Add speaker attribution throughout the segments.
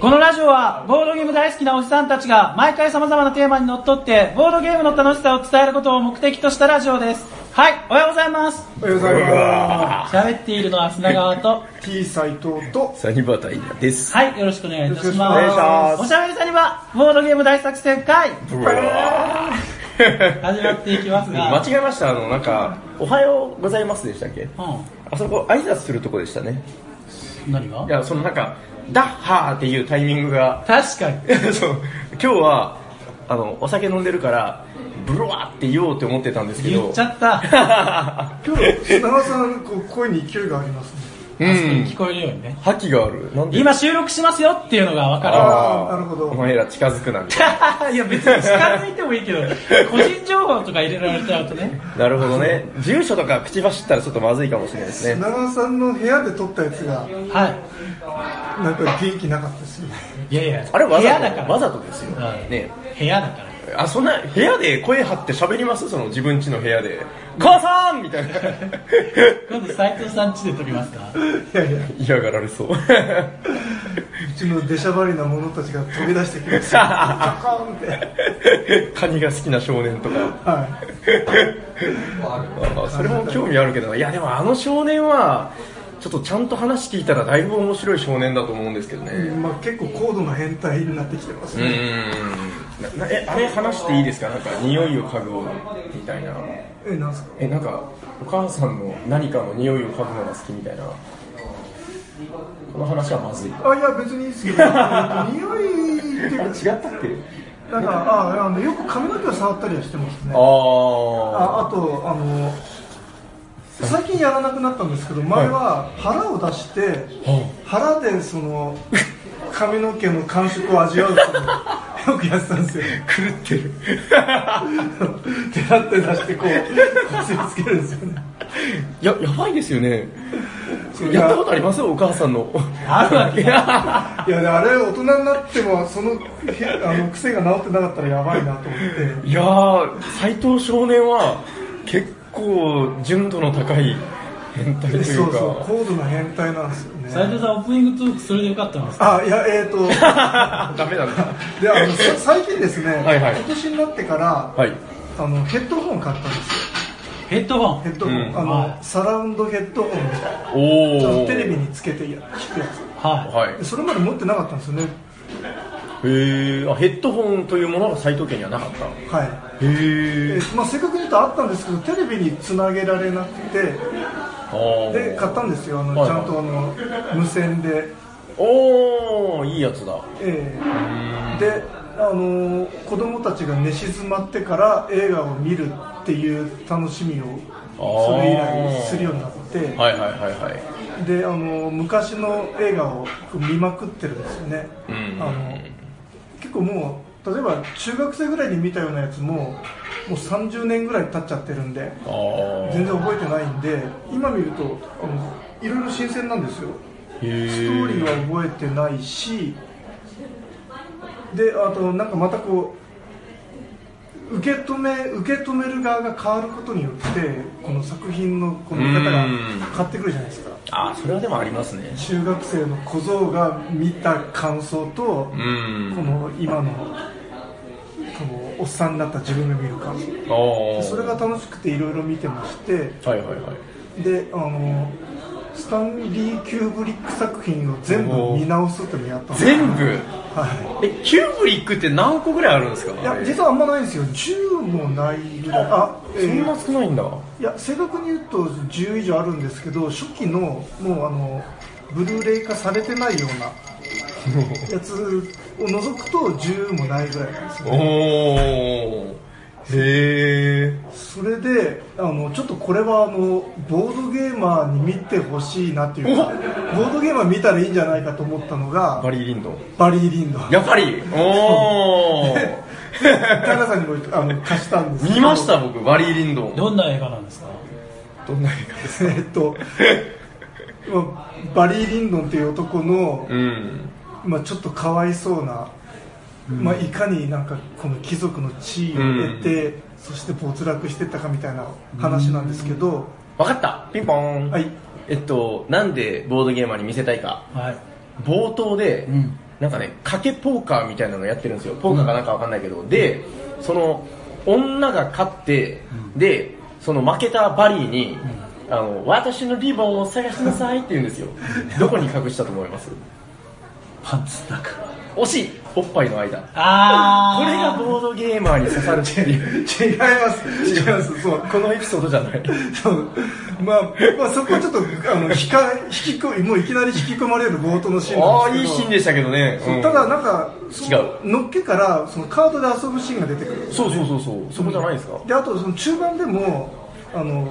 Speaker 1: このラジオはボードゲーム大好きなおじさんたちが毎回様々なテーマにのっとってボードゲームの楽しさを伝えることを目的としたラジオですはいおはようございます
Speaker 2: おはようございま
Speaker 1: 喋っているのは砂川と
Speaker 2: す。T 斎藤と、
Speaker 3: サニバタイヤです。
Speaker 1: はいよろしくお願いいたしま
Speaker 2: よろしくお願いします
Speaker 1: すおしゃべりさんにはボードゲーム大作戦会始まっていきますが
Speaker 3: 間違えました、あの、なんか、おはようございますでしたっけ
Speaker 1: う
Speaker 3: あそこ挨拶するとこでしたね。
Speaker 1: ん何が
Speaker 3: いや、そのなんか、ダッハーっていうタイミングが、
Speaker 1: 確かに
Speaker 3: そう、今日は、あの、お酒飲んでるから、ブロワーって言おうって思ってたんですけど、
Speaker 1: 言っちゃった
Speaker 2: 今日、砂川さん、こう声に勢いがありますね。
Speaker 3: う
Speaker 1: 聞
Speaker 3: ん、
Speaker 1: こえるようにね
Speaker 3: 覇気がある。なんで
Speaker 1: 今収録しますよっていうのが分かる
Speaker 2: あーなるほど
Speaker 3: お前ら近づくなんて。
Speaker 1: いや別に近づいてもいいけど個人情報とか入れられちゃうとね
Speaker 3: なるほど ね。住所とか口走ったらちょっとまずいかもしれないですね
Speaker 2: 砂。川さんの部屋で撮ったやつが、
Speaker 1: は
Speaker 2: なんか元気なかったですよね。
Speaker 1: いいやいや
Speaker 3: あれわ
Speaker 1: 部屋
Speaker 3: ざ
Speaker 1: だから
Speaker 3: と、わざとですよ。
Speaker 1: うん
Speaker 3: ね
Speaker 1: 部屋だから
Speaker 3: あそんな部屋で声張って喋りますその自分家の部屋で母さんみたいな
Speaker 1: 今度斎藤さん家で撮りますか
Speaker 2: いやいや、
Speaker 3: 嫌がられ そう
Speaker 2: うちの出しゃばりな者たちが飛び出してきました。カカーンって。
Speaker 3: カニが好きな少年とか
Speaker 2: は
Speaker 3: あそれも興味あるけどないやでもあの少年はちょっとちゃんと話聞いたらだいぶ面白い少年だと思うんですけど
Speaker 2: い。
Speaker 3: ね
Speaker 2: まあ結構高度な変態になってきてます
Speaker 3: う
Speaker 2: ね。
Speaker 3: ーんななえあれ話していいですかなんか匂いを嗅ぐみたいな
Speaker 2: え、なんすか
Speaker 3: えなんかお母さんの何かの匂いを嗅ぐのが好きみたいなこの話はまずい
Speaker 2: あ、いや別にいいですけど、えっと匂いっていう
Speaker 3: 違ったっけ
Speaker 2: か、なんか、あ、あの、よく髪の毛を触ったりはしてますね。
Speaker 3: あ
Speaker 2: ああとあの最近やらなくなったんですけど前は腹を出して、腹でその髪の毛の感触を味わうっ ていうのをよくやってたんですよ
Speaker 3: あ狂ってる
Speaker 2: 手だって出してこうこすりつけるんですよね
Speaker 3: ややばいですよね
Speaker 2: そう
Speaker 3: やったことありますお母さんの
Speaker 1: あるわけ
Speaker 3: ない
Speaker 2: やあれ大人になってもそのひあの癖が治ってなかったらやばいなと思って
Speaker 3: いやー斎藤少年は結構純度の高い変態と
Speaker 2: で
Speaker 3: い
Speaker 2: そうう
Speaker 3: か
Speaker 2: そう高度な変態なんですよね
Speaker 1: 斎藤さんオープニングトークそれでよかったんですか
Speaker 2: あいやえっ、ー、と
Speaker 3: あダメだな
Speaker 2: であのさ最近ですね、
Speaker 3: はいはい
Speaker 2: 今年になってから、
Speaker 3: はい
Speaker 2: あのヘッドホン買ったんですよ
Speaker 1: ヘッドホン
Speaker 2: ヘッドホン、
Speaker 3: うん
Speaker 2: あの、
Speaker 1: はい
Speaker 2: サラウンドヘッドホンちゃん
Speaker 3: お
Speaker 2: と
Speaker 3: お
Speaker 2: テレビにつけてや聞くやつ
Speaker 1: は
Speaker 3: はい
Speaker 2: でそれまで持ってなかったんですよね
Speaker 3: へえヘッドホンというものが斎藤家にはなかった
Speaker 2: はい
Speaker 3: へ
Speaker 2: え
Speaker 3: え
Speaker 2: ーまあ、正確に言うとあったんですけどテレビにつなげられなくてで買ったんですよあの、
Speaker 3: はい
Speaker 2: ち
Speaker 3: はい
Speaker 2: ゃんとあの無線で、
Speaker 3: おおいいやつだ
Speaker 2: えーで、あのー子供たちが寝静まってから映画を見るっていう楽しみをそれ以来するようになって、
Speaker 3: はいはいはいはい
Speaker 2: であの昔の映画を見まくってるんですよね、
Speaker 3: うん
Speaker 2: あの結構もう例えば中学生ぐらいに見たようなやつももう30年ぐらい経っちゃってるんで
Speaker 3: ああ
Speaker 2: 全然覚えてないんで今見るとあのいろいろ新鮮なんですよ
Speaker 3: へー
Speaker 2: ストーリーは覚えてないしであとなんかまたこう受け止め受け止める側が変わることによってこの作品のこの見方が変わってくるじゃないですか
Speaker 3: あーそれはでもありますね
Speaker 2: 中学生の小僧が見た感想と、
Speaker 3: ん
Speaker 2: この今のこのおっさんになった自分が見る感想
Speaker 3: あ
Speaker 2: それが楽しくていろいろ見てまして
Speaker 3: はいはいはい
Speaker 2: であのスタンリー・キューブリック作品を全部見直すっていうのをやったんです
Speaker 3: 全部
Speaker 2: は
Speaker 3: えキューブリックって何個ぐらいあるんですか
Speaker 2: いいや実はあんまないんですよ10もないぐらいあえ
Speaker 3: そん
Speaker 2: ー
Speaker 3: な少ないんだ
Speaker 2: いや正確に言うと10以上あるんですけど初期のもうあのブルーレイ化されてないよ うなやつを除くと10もないぐらいなんですよ
Speaker 3: おおへえ
Speaker 2: それであのちょっとこれはあのボードゲーマーに見てほしいなっていうかボードゲーマー見たらいいんじゃないかと思ったの
Speaker 3: バ
Speaker 2: が
Speaker 3: リー・リンドン
Speaker 2: バリー・リンドン
Speaker 3: やっぱりおお
Speaker 2: タカさんにもあの貸したんですけど
Speaker 3: 見ました僕バリー・リンド
Speaker 1: い
Speaker 3: ン
Speaker 1: どんな映画なんですか
Speaker 3: どんな映画です
Speaker 2: えっ とまあバリー・リンドンっていう男の
Speaker 3: うん
Speaker 2: まあ、ちょっとかわいそうな、まあ、いかになんかこの貴族の地位を得て、そして没落してったかみたいな話なんですけど、
Speaker 3: わかったピンポーン
Speaker 2: はい
Speaker 3: えっとなんでボードゲーマーに見せたいか
Speaker 1: はい
Speaker 3: 冒頭で、
Speaker 1: うん
Speaker 3: なんかね賭けポーカーみたいなのやってるんですよポーカーかなんかわかんないけど、でその女が勝って、でその負けたバリーに、あの私のリボンを探しなさいって言うんです よどこに隠したと思います
Speaker 1: パンツだから
Speaker 3: 惜しいおっぱいの間
Speaker 1: あ
Speaker 3: こ
Speaker 1: ー
Speaker 3: れがボードゲーマーに刺さるっていう
Speaker 2: 違います違いますそう
Speaker 3: このエピソードじゃない
Speaker 2: そうまあ、まあ、そこはちょっとあの引か引き込みもういきなり引き込まれる冒頭のシーン
Speaker 3: ああ
Speaker 2: なん
Speaker 3: ー
Speaker 2: で
Speaker 3: いい
Speaker 2: すけど
Speaker 3: シーンでしたけどね、
Speaker 2: そう
Speaker 3: うん
Speaker 2: ただなんかその
Speaker 3: 違
Speaker 2: のっけからそのカードで遊ぶシーンが出てくる
Speaker 3: そうそうそうそうそこじゃないですか、
Speaker 2: であとその中盤でもあの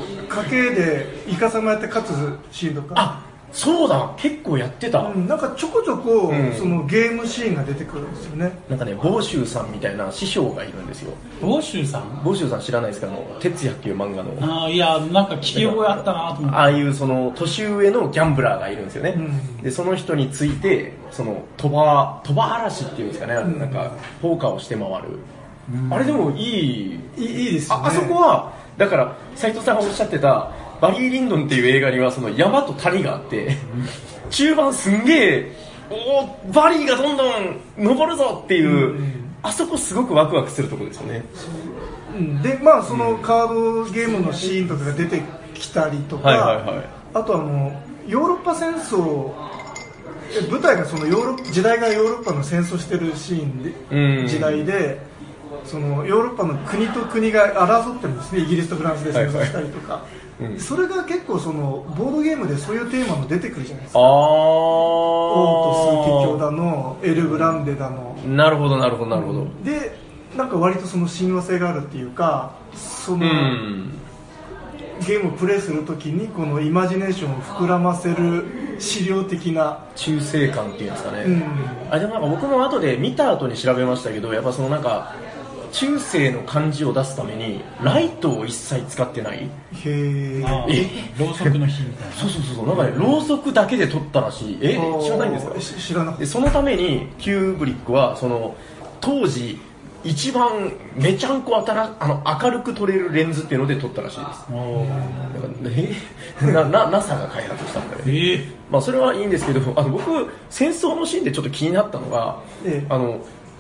Speaker 2: 家計でイカサマやって勝つシーンとか
Speaker 3: あそうだ結構やってた、
Speaker 2: うん、なんかちょこちょこ、
Speaker 3: うん
Speaker 2: そのゲームシーンが出てくるんですよね
Speaker 3: なんかね房州さんみたいな師匠がいるんですよ
Speaker 1: 房州さん
Speaker 3: 房州さん知らないですかあの「哲也」っていう漫画の
Speaker 1: あーいやなんか聞き覚えあったなと思って
Speaker 3: ああいうその年上のギャンブラーがいるんですよね、
Speaker 2: うん
Speaker 3: でその人についてその鳥羽鳥羽嵐っていうんですかね、
Speaker 2: ん
Speaker 3: なんかポーカーをして回る、あれでもいい
Speaker 2: いいいいですよね
Speaker 3: ああそこはだから斎藤さんがおっしゃってたバリー・リンドンっていう映画にはその山と谷があって中盤すんげえおーバリーがどんどん登るぞっていう、
Speaker 2: うん
Speaker 3: あそこすごくワクワクするとこですよね
Speaker 2: うんでまあそのカードゲームのシーンとかが出てきたりとか、
Speaker 3: はいはいはい
Speaker 2: あとあのヨーロッパ戦争え舞台がそのヨーロッ時代がヨーロッパの戦争してるシーンで、
Speaker 3: うん
Speaker 2: 時代でそのヨーロッパの国と国が争ってるんですねイギリスとフランスで戦争したりとか、
Speaker 3: はいうん
Speaker 2: それが結構そのボードゲームでそういうテーマも出てくるじゃないです
Speaker 3: あ
Speaker 2: か王と枢機卿
Speaker 3: ー
Speaker 2: だのエル・ブランデだの、
Speaker 3: なるほどなるほどなるほど
Speaker 2: でなんか割とその親和性があるっていうかその、
Speaker 3: うん
Speaker 2: ゲームをプレイするときにこのイマジネーションを膨らませる資料的な、
Speaker 3: 中性感っていうんですかね、
Speaker 2: うん
Speaker 3: あでもなんか僕も後で見た後に調べましたけどやっぱそのなんか中世の感じを出すためにライトを一切使ってな
Speaker 2: へ
Speaker 3: い、
Speaker 2: え
Speaker 1: あー
Speaker 3: え
Speaker 1: ろうそくの火みたいな
Speaker 3: そうそうそうそうなんかねろうそくだけで撮ったらしいえ知らないんですか
Speaker 2: 知らなかっ
Speaker 3: でそのためにキューブリックはその当時一番めちゃんこあたらあの明るく撮れるレンズっていうので撮ったらしいです
Speaker 1: おー
Speaker 3: なんかえ なな NASA が開発したんだよ
Speaker 1: え
Speaker 3: ね
Speaker 1: ー
Speaker 3: まあ、それはいいんですけどあの僕、戦争のシーンでちょっと気になったのが、
Speaker 2: ええ
Speaker 3: あの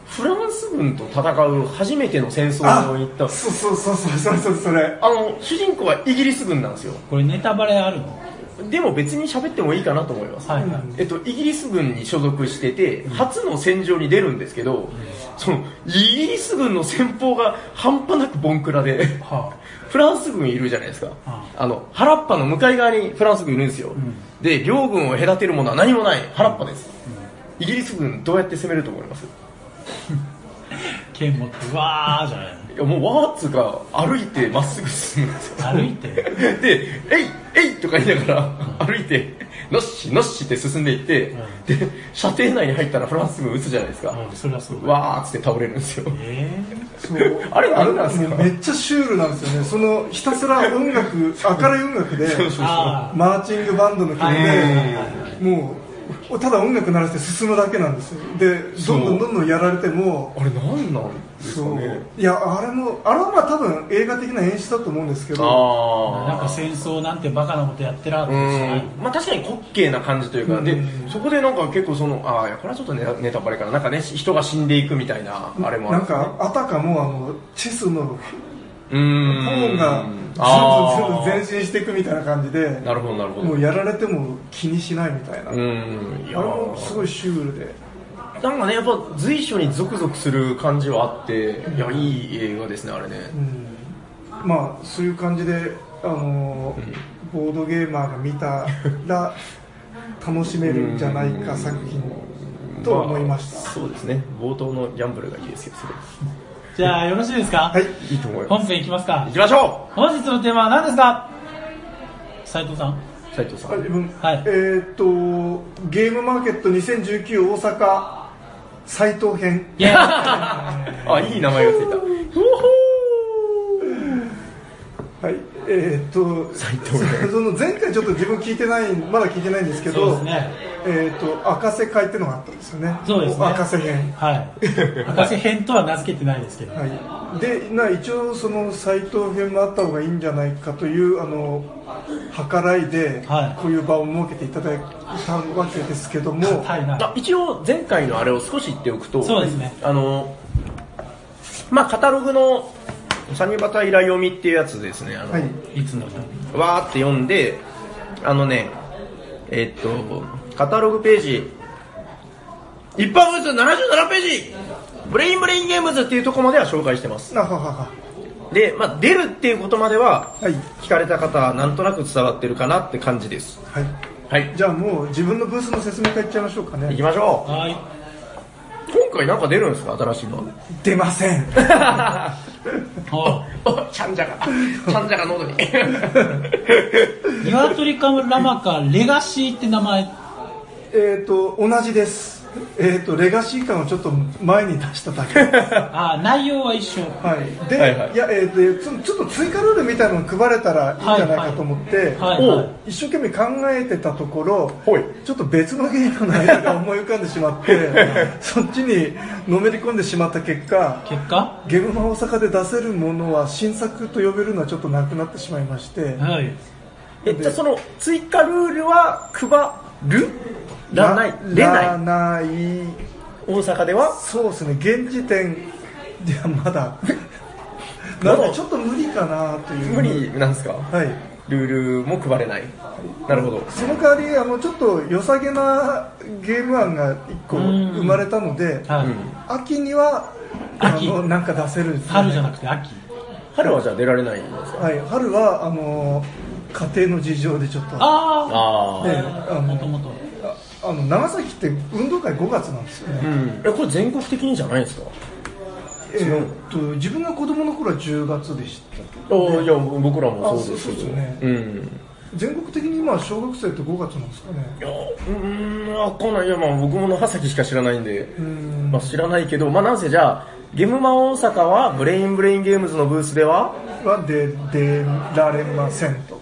Speaker 3: フランス軍と戦う初めての戦争
Speaker 2: た
Speaker 3: に行った
Speaker 2: あそうそうそうそうそれそれそれ
Speaker 3: あの主人公はイギリス軍なんですよ
Speaker 1: これネタバレあるの
Speaker 3: でも別に喋ってもいいかなと思います、
Speaker 1: はいはい
Speaker 2: うん
Speaker 3: えっと、イギリス軍に所属してて初の戦場に出るんですけど、そのイギリス軍の戦法が半端なくボンクラで。
Speaker 1: は
Speaker 3: フランス軍いるじゃないですか、
Speaker 1: あ
Speaker 3: あの原っぱの向かい側にフランス軍いるんですよ、
Speaker 1: ん
Speaker 3: で両軍を隔てるものは何もない原っぱです、イギリス軍どうやって攻めると思います
Speaker 1: あ剣持ってうわーじゃない
Speaker 3: いやもうわーっつうか歩いてまっすぐ進むんです
Speaker 1: の
Speaker 3: よ
Speaker 1: 歩いて
Speaker 3: で「えいえい!」とか言いながら歩いて「のっしのっし」って進んでいって、で射程内に入ったらフランス軍撃つじゃないですか、
Speaker 1: うんそれはすごい
Speaker 3: わーっつって倒れるんですよ
Speaker 1: えー
Speaker 2: そう
Speaker 3: あれ何なんですか
Speaker 2: もうめっちゃシュールなんですよねそのひたすら音楽明るい音楽 で
Speaker 3: そうそう
Speaker 1: あ
Speaker 2: マーチングバンドの曲
Speaker 1: はいはいはいは
Speaker 2: でもうただ音楽鳴らして進むだけなんですよでどんどんどんどんやられても
Speaker 3: あれ何なんですか
Speaker 2: そう
Speaker 3: ね
Speaker 2: いやあれもあれはまあ多分映画的な演出だと思うんですけど
Speaker 3: ああ
Speaker 1: なんか戦争なんてバカなことやってらって
Speaker 3: うんまあ、確かに滑稽な感じというか、
Speaker 2: うん
Speaker 3: でそこでなんか結構そのああこれはちょっとネタネタバレかななんかね人が死んでいくみたいなあれもあ
Speaker 2: な
Speaker 3: る
Speaker 2: んかあたかもあのチェスの
Speaker 3: うーん
Speaker 2: 本が
Speaker 3: あ
Speaker 2: ずんずんずんずん前進
Speaker 3: ー
Speaker 2: していくみたいな感じで
Speaker 3: なるほどなるほど
Speaker 2: も
Speaker 3: う
Speaker 2: うやられても気にしないみたいな、あれ
Speaker 3: ーんいや
Speaker 2: もすごいシュールで
Speaker 3: なんかねやっぱ随所にゾクゾクする感じはあっていやいい映画ですねあれね
Speaker 2: うんまあそういう感じであのーボードゲーマーが見た ら楽しめるんじゃないか作品とは思いました、
Speaker 3: あそうですね冒頭のギャンブルがいいですよすごい
Speaker 1: じゃあよろしいですか
Speaker 2: はい
Speaker 3: いいと思いま
Speaker 1: 本
Speaker 3: す
Speaker 1: 編いきますか
Speaker 3: 行きましょ
Speaker 1: 本日のテーマは何ですか斉藤さん
Speaker 3: う斉藤さ
Speaker 2: あ自
Speaker 3: ん
Speaker 2: 分、
Speaker 1: はい
Speaker 2: えーっとゲームマーケット2019大阪斎藤編
Speaker 1: いや
Speaker 3: あいい名前 がついた
Speaker 2: はい、えーっと、
Speaker 3: 斉藤
Speaker 2: その前回ちょっと自分聞いてない、まだ聞いてないんですけ
Speaker 1: そう
Speaker 2: ど、
Speaker 1: ですね
Speaker 2: ええっ、と赤瀬会っていうのがあったんですよね
Speaker 1: そうですね
Speaker 2: 赤瀬編
Speaker 1: はい。博士編とは名付けてないですけど。
Speaker 2: はい、でな一応その斎藤編もあった方がいいんじゃないかというあの計らいで
Speaker 1: はい
Speaker 2: こういう場を設けていただいたわけですけども、
Speaker 1: 硬いな。
Speaker 3: あ一応前回のあれを少し言っておくと
Speaker 1: そうですね
Speaker 3: あのまあカタログの「サニバタイラ読み」っていうやつですねあの、
Speaker 2: はい
Speaker 1: いつの間に
Speaker 3: わーって読んであのねえっとカタログページ一般ブース77ページブレインブレインゲームズっていうところまでは紹介してます
Speaker 2: なははは
Speaker 3: で、まあ、出るっていうことまでは
Speaker 2: はい
Speaker 3: 聞かれた方なんとなく伝わってるかなって感じです
Speaker 2: はい
Speaker 3: はい
Speaker 2: じゃあもう自分のブースの説明会いっちゃいましょうか
Speaker 3: 行
Speaker 2: ね
Speaker 3: きましょう
Speaker 1: はい。
Speaker 3: 今回なんか出るんですか新しいの
Speaker 2: 出ません
Speaker 1: は
Speaker 3: おちゃんじゃ がちゃんじゃが喉に
Speaker 1: い。ニワトリカムラマカレガシーって名前。
Speaker 2: えっと同じですえっ、とレガシー感をちょっと前に出しただ け
Speaker 1: あー、内容は一緒。
Speaker 2: はい、で、
Speaker 3: は
Speaker 2: い
Speaker 3: いはい
Speaker 2: や、えー、とちょちょっと追加ルールみたいなの配れたらいいんじゃないかと思って、
Speaker 1: はい、
Speaker 3: おう
Speaker 1: はい。
Speaker 2: 一生懸命考えてたところ、
Speaker 3: ほい
Speaker 2: ちょっと別のゲームのアイデアが思い浮かんでしまって そっちにのめり込んでしまった結果
Speaker 1: 結果
Speaker 2: ゲームマ大阪で出せるものは新作と呼べるのはちょっとなくなってしまいまして
Speaker 1: はい。
Speaker 3: えじゃあその追加ルールは配るらない出
Speaker 2: らな
Speaker 3: ない
Speaker 2: い
Speaker 3: 大阪では
Speaker 2: そうですね現時点ではまだ なのでちょっと無理かなという
Speaker 3: 無理なんですか
Speaker 2: はい
Speaker 3: ルールも配れないなるほど
Speaker 2: その代わりあのちょっと良さげなゲーム案が1個
Speaker 1: うん
Speaker 2: 生まれたので
Speaker 1: はい。
Speaker 2: 秋にはあ
Speaker 1: 秋
Speaker 2: のなんか出せる
Speaker 1: 春じゃなくて秋。
Speaker 3: 春はじゃあ出られないんですか
Speaker 2: はい、春はあの家庭の事情でちょっとあ
Speaker 1: あ
Speaker 3: あ
Speaker 2: ね
Speaker 3: あ
Speaker 1: あ。
Speaker 2: あ
Speaker 1: もともと。
Speaker 2: あの長崎って運動会5月なんですよ
Speaker 3: う
Speaker 2: ね、
Speaker 3: んえこれ全国的にじゃないんですか
Speaker 2: えーっと自分が子供の頃は10月でした
Speaker 3: おいや僕らもそうですけ
Speaker 2: あそうで
Speaker 3: ど
Speaker 2: すよね
Speaker 3: うん
Speaker 2: 全国的に今小学生って5月なんですかね
Speaker 3: いやうーんわかんないいやまあ僕も長崎しか知らないんで
Speaker 2: うん
Speaker 3: まあ知らないけどまあなんせじゃあゲムマ大阪はブレインブレインゲームズのブースでは
Speaker 2: は出出られませんと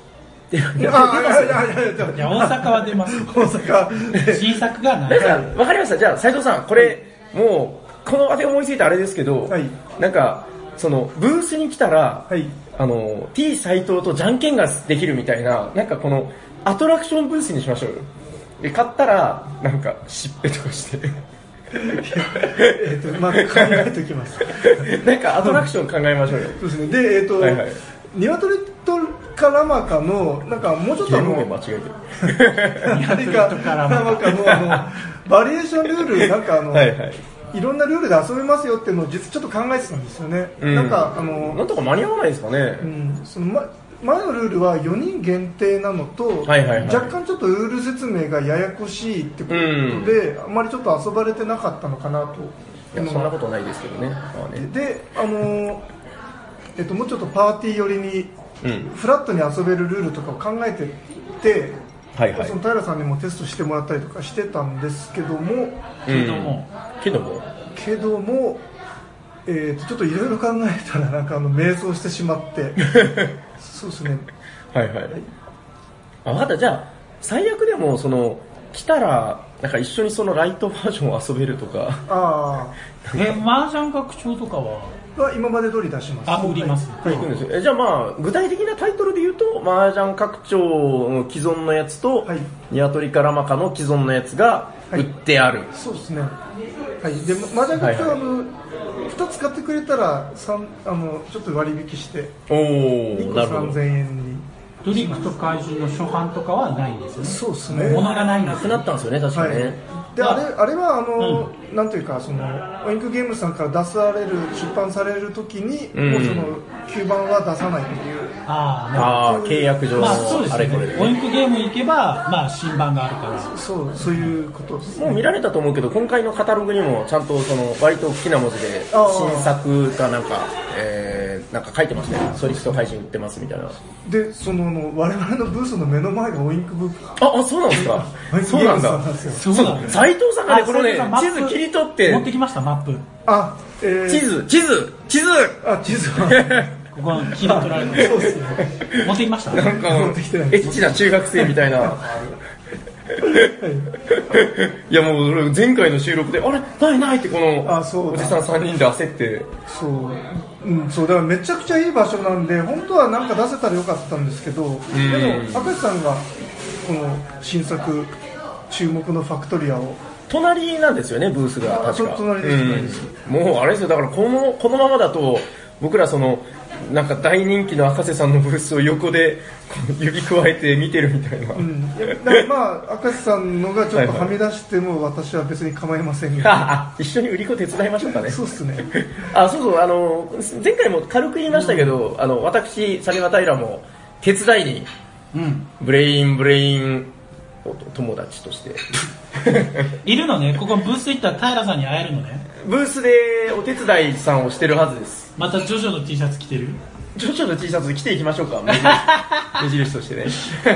Speaker 3: いやいや
Speaker 2: ああいやいやいやいや
Speaker 1: いや、大阪は出ます。
Speaker 2: 大阪で
Speaker 1: 新作がな
Speaker 3: なん
Speaker 1: い。
Speaker 3: か、わかりました。じゃあ、斉藤さん、これ、もう、この場で思いついたあれですけど、
Speaker 2: はい
Speaker 3: なんか、その、ブースに来たら、
Speaker 2: はい
Speaker 3: あの、T 斎藤とじゃんけんができるみたいな、なんかこの、アトラクションブースにしましょうよ。で、買ったら、なんか、しっぺとかして。
Speaker 2: えーっとまあ考えておきます
Speaker 3: なんか、アトラクション考えましょうよ。
Speaker 2: そうですね。で、えっ、と、
Speaker 3: はいはい
Speaker 2: ニワトリとカラマカの、なんかもうちょっとあの、
Speaker 3: ゲーム名間違えてる。
Speaker 2: ニワトリか
Speaker 1: ニワトリとカ
Speaker 2: カ
Speaker 1: ラ
Speaker 2: ラ
Speaker 1: マ
Speaker 2: マカの、あ の、バリエーションルール、なんかあの、
Speaker 3: はいはい。
Speaker 2: いろんなルールで遊べますよっていうのを実はちょっと考えてたんですよね。
Speaker 3: うん
Speaker 2: なんか、あ
Speaker 3: な
Speaker 2: の、
Speaker 3: んとか間に合わないですかね。
Speaker 2: うん、その、ま、前のルールは4人限定なのと、
Speaker 3: はいはいはい
Speaker 2: 若干ちょっとルール説明がややこしいってことで、あんまりちょっと遊ばれてなかったのかなと。
Speaker 3: いや、そんなことないですけどね。まあね
Speaker 2: で、あの、えっと、もうちょっとパーティー寄りに
Speaker 3: うん。
Speaker 2: フラットに遊べるルールとかを考えてて、
Speaker 3: はいはい
Speaker 2: その平さんにもテストしてもらったりとかしてたんですけども
Speaker 1: けども
Speaker 3: うん。けども。
Speaker 2: けども、えーとちょっといろいろ考えたらなんかあの迷走してしまって そうですね
Speaker 3: はいはい。あ、わかった。じゃあ、最悪でも、その、来たら、なんか一緒にそのライトバージョンを遊べるとか。
Speaker 2: あ
Speaker 1: え、麻雀拡張とかは
Speaker 2: あは今まで通り出します
Speaker 1: あ、売ります。
Speaker 2: は
Speaker 3: 行くんですよえじゃあまあ、具体的なタイトルで言うと、麻雀拡張の既存のやつと、
Speaker 2: はい
Speaker 3: ニワトリカラマカの既存のやつが
Speaker 2: はい
Speaker 3: 売ってあ
Speaker 2: い
Speaker 3: る。
Speaker 2: そうですねはいでマジャンカ
Speaker 3: はいは
Speaker 2: あの2つ買ってくれたら三あのちょっと割引して
Speaker 3: お
Speaker 2: 1
Speaker 3: お
Speaker 2: 個
Speaker 3: なるほ
Speaker 2: 3000
Speaker 3: ど。
Speaker 2: 円に
Speaker 1: ドリクと怪獣の初版とかはないですよね。
Speaker 2: そうですね
Speaker 1: 物がないんで
Speaker 3: な
Speaker 1: す
Speaker 3: く
Speaker 1: よ
Speaker 3: なったんですよね、確かね。
Speaker 2: はい、であれあれはあの、なんていうかそのオインクゲームズさんから出される出版される時に、
Speaker 3: うん
Speaker 2: もうその9番は出さないっていう
Speaker 1: ああ、
Speaker 3: ああ、契約上
Speaker 1: まあそう
Speaker 3: の
Speaker 1: で
Speaker 3: あ
Speaker 1: す
Speaker 3: れこれで
Speaker 1: ね。オインクゲーム行けば、まあ新版があるから。
Speaker 2: そうそういうことです
Speaker 3: もう見られたと思うけど、今回のカタログにもちゃんとその割と大きな文字で、
Speaker 2: あー
Speaker 3: 新作かなんか、えー、なんか書いてますね。ソリスト配信売ってますみたいな。
Speaker 2: でそのあの我々のブースの目の前がオインクブック
Speaker 3: あ、あ、そうなんですか
Speaker 2: オイン。ク
Speaker 3: そう
Speaker 2: ゲー
Speaker 3: な
Speaker 2: ムズさ
Speaker 3: んだ
Speaker 2: ん。なんですよ
Speaker 1: そうなんです。
Speaker 3: 斉藤さんがね、
Speaker 1: あ
Speaker 3: この
Speaker 1: 斉
Speaker 3: ね
Speaker 1: 藤さんマ、
Speaker 3: 地
Speaker 1: ップ
Speaker 3: 図切り取っ
Speaker 1: 持って
Speaker 3: て、
Speaker 1: きました、マップ。
Speaker 2: あ、えー、
Speaker 3: 地図、地図、地図
Speaker 2: あ地図 は
Speaker 1: ここの切り取られて
Speaker 2: そうですね
Speaker 1: 持ってきました。
Speaker 3: なんか、エ
Speaker 2: 持ってきてない
Speaker 3: ッチな中学生みたいな。いやもう俺前回の収録で、あれないないってこの
Speaker 2: あそうだ
Speaker 3: おじさん3人で焦って、
Speaker 2: そう、うん、そうだからめちゃくちゃいい場所なんで本当はなんか出せたらよかったんですけど、でも明石さんがこの新作注目のファクトリアを
Speaker 3: 隣なんですよね、ブースが
Speaker 2: あ
Speaker 3: 確か
Speaker 2: そう隣です隣です
Speaker 3: うんもうあれですよ、だからこのこのままだと僕らそのなんか大人気の赤瀬さんのブースを横で こう指くわえて見てるみたいな、
Speaker 2: うん、だからまあ明石さんのがちょっとはみ出しても私は別に構いませんよ
Speaker 3: あ一緒に売り子手伝いましょうかね
Speaker 2: そうっすね
Speaker 3: あそうそうあの前回も軽く言いましたけど、あの私佐賀平も手伝いに
Speaker 1: うん。
Speaker 3: ブレインブレインお友達として
Speaker 1: いるのね、ここブース行ったら平さんに会えるのね。
Speaker 3: ブースでお手伝いさんをしてるはずです
Speaker 1: またジョジョの T シャツ着てる
Speaker 3: ジョジョの T シャツ着ていきましょう か目印目印としてね
Speaker 2: あ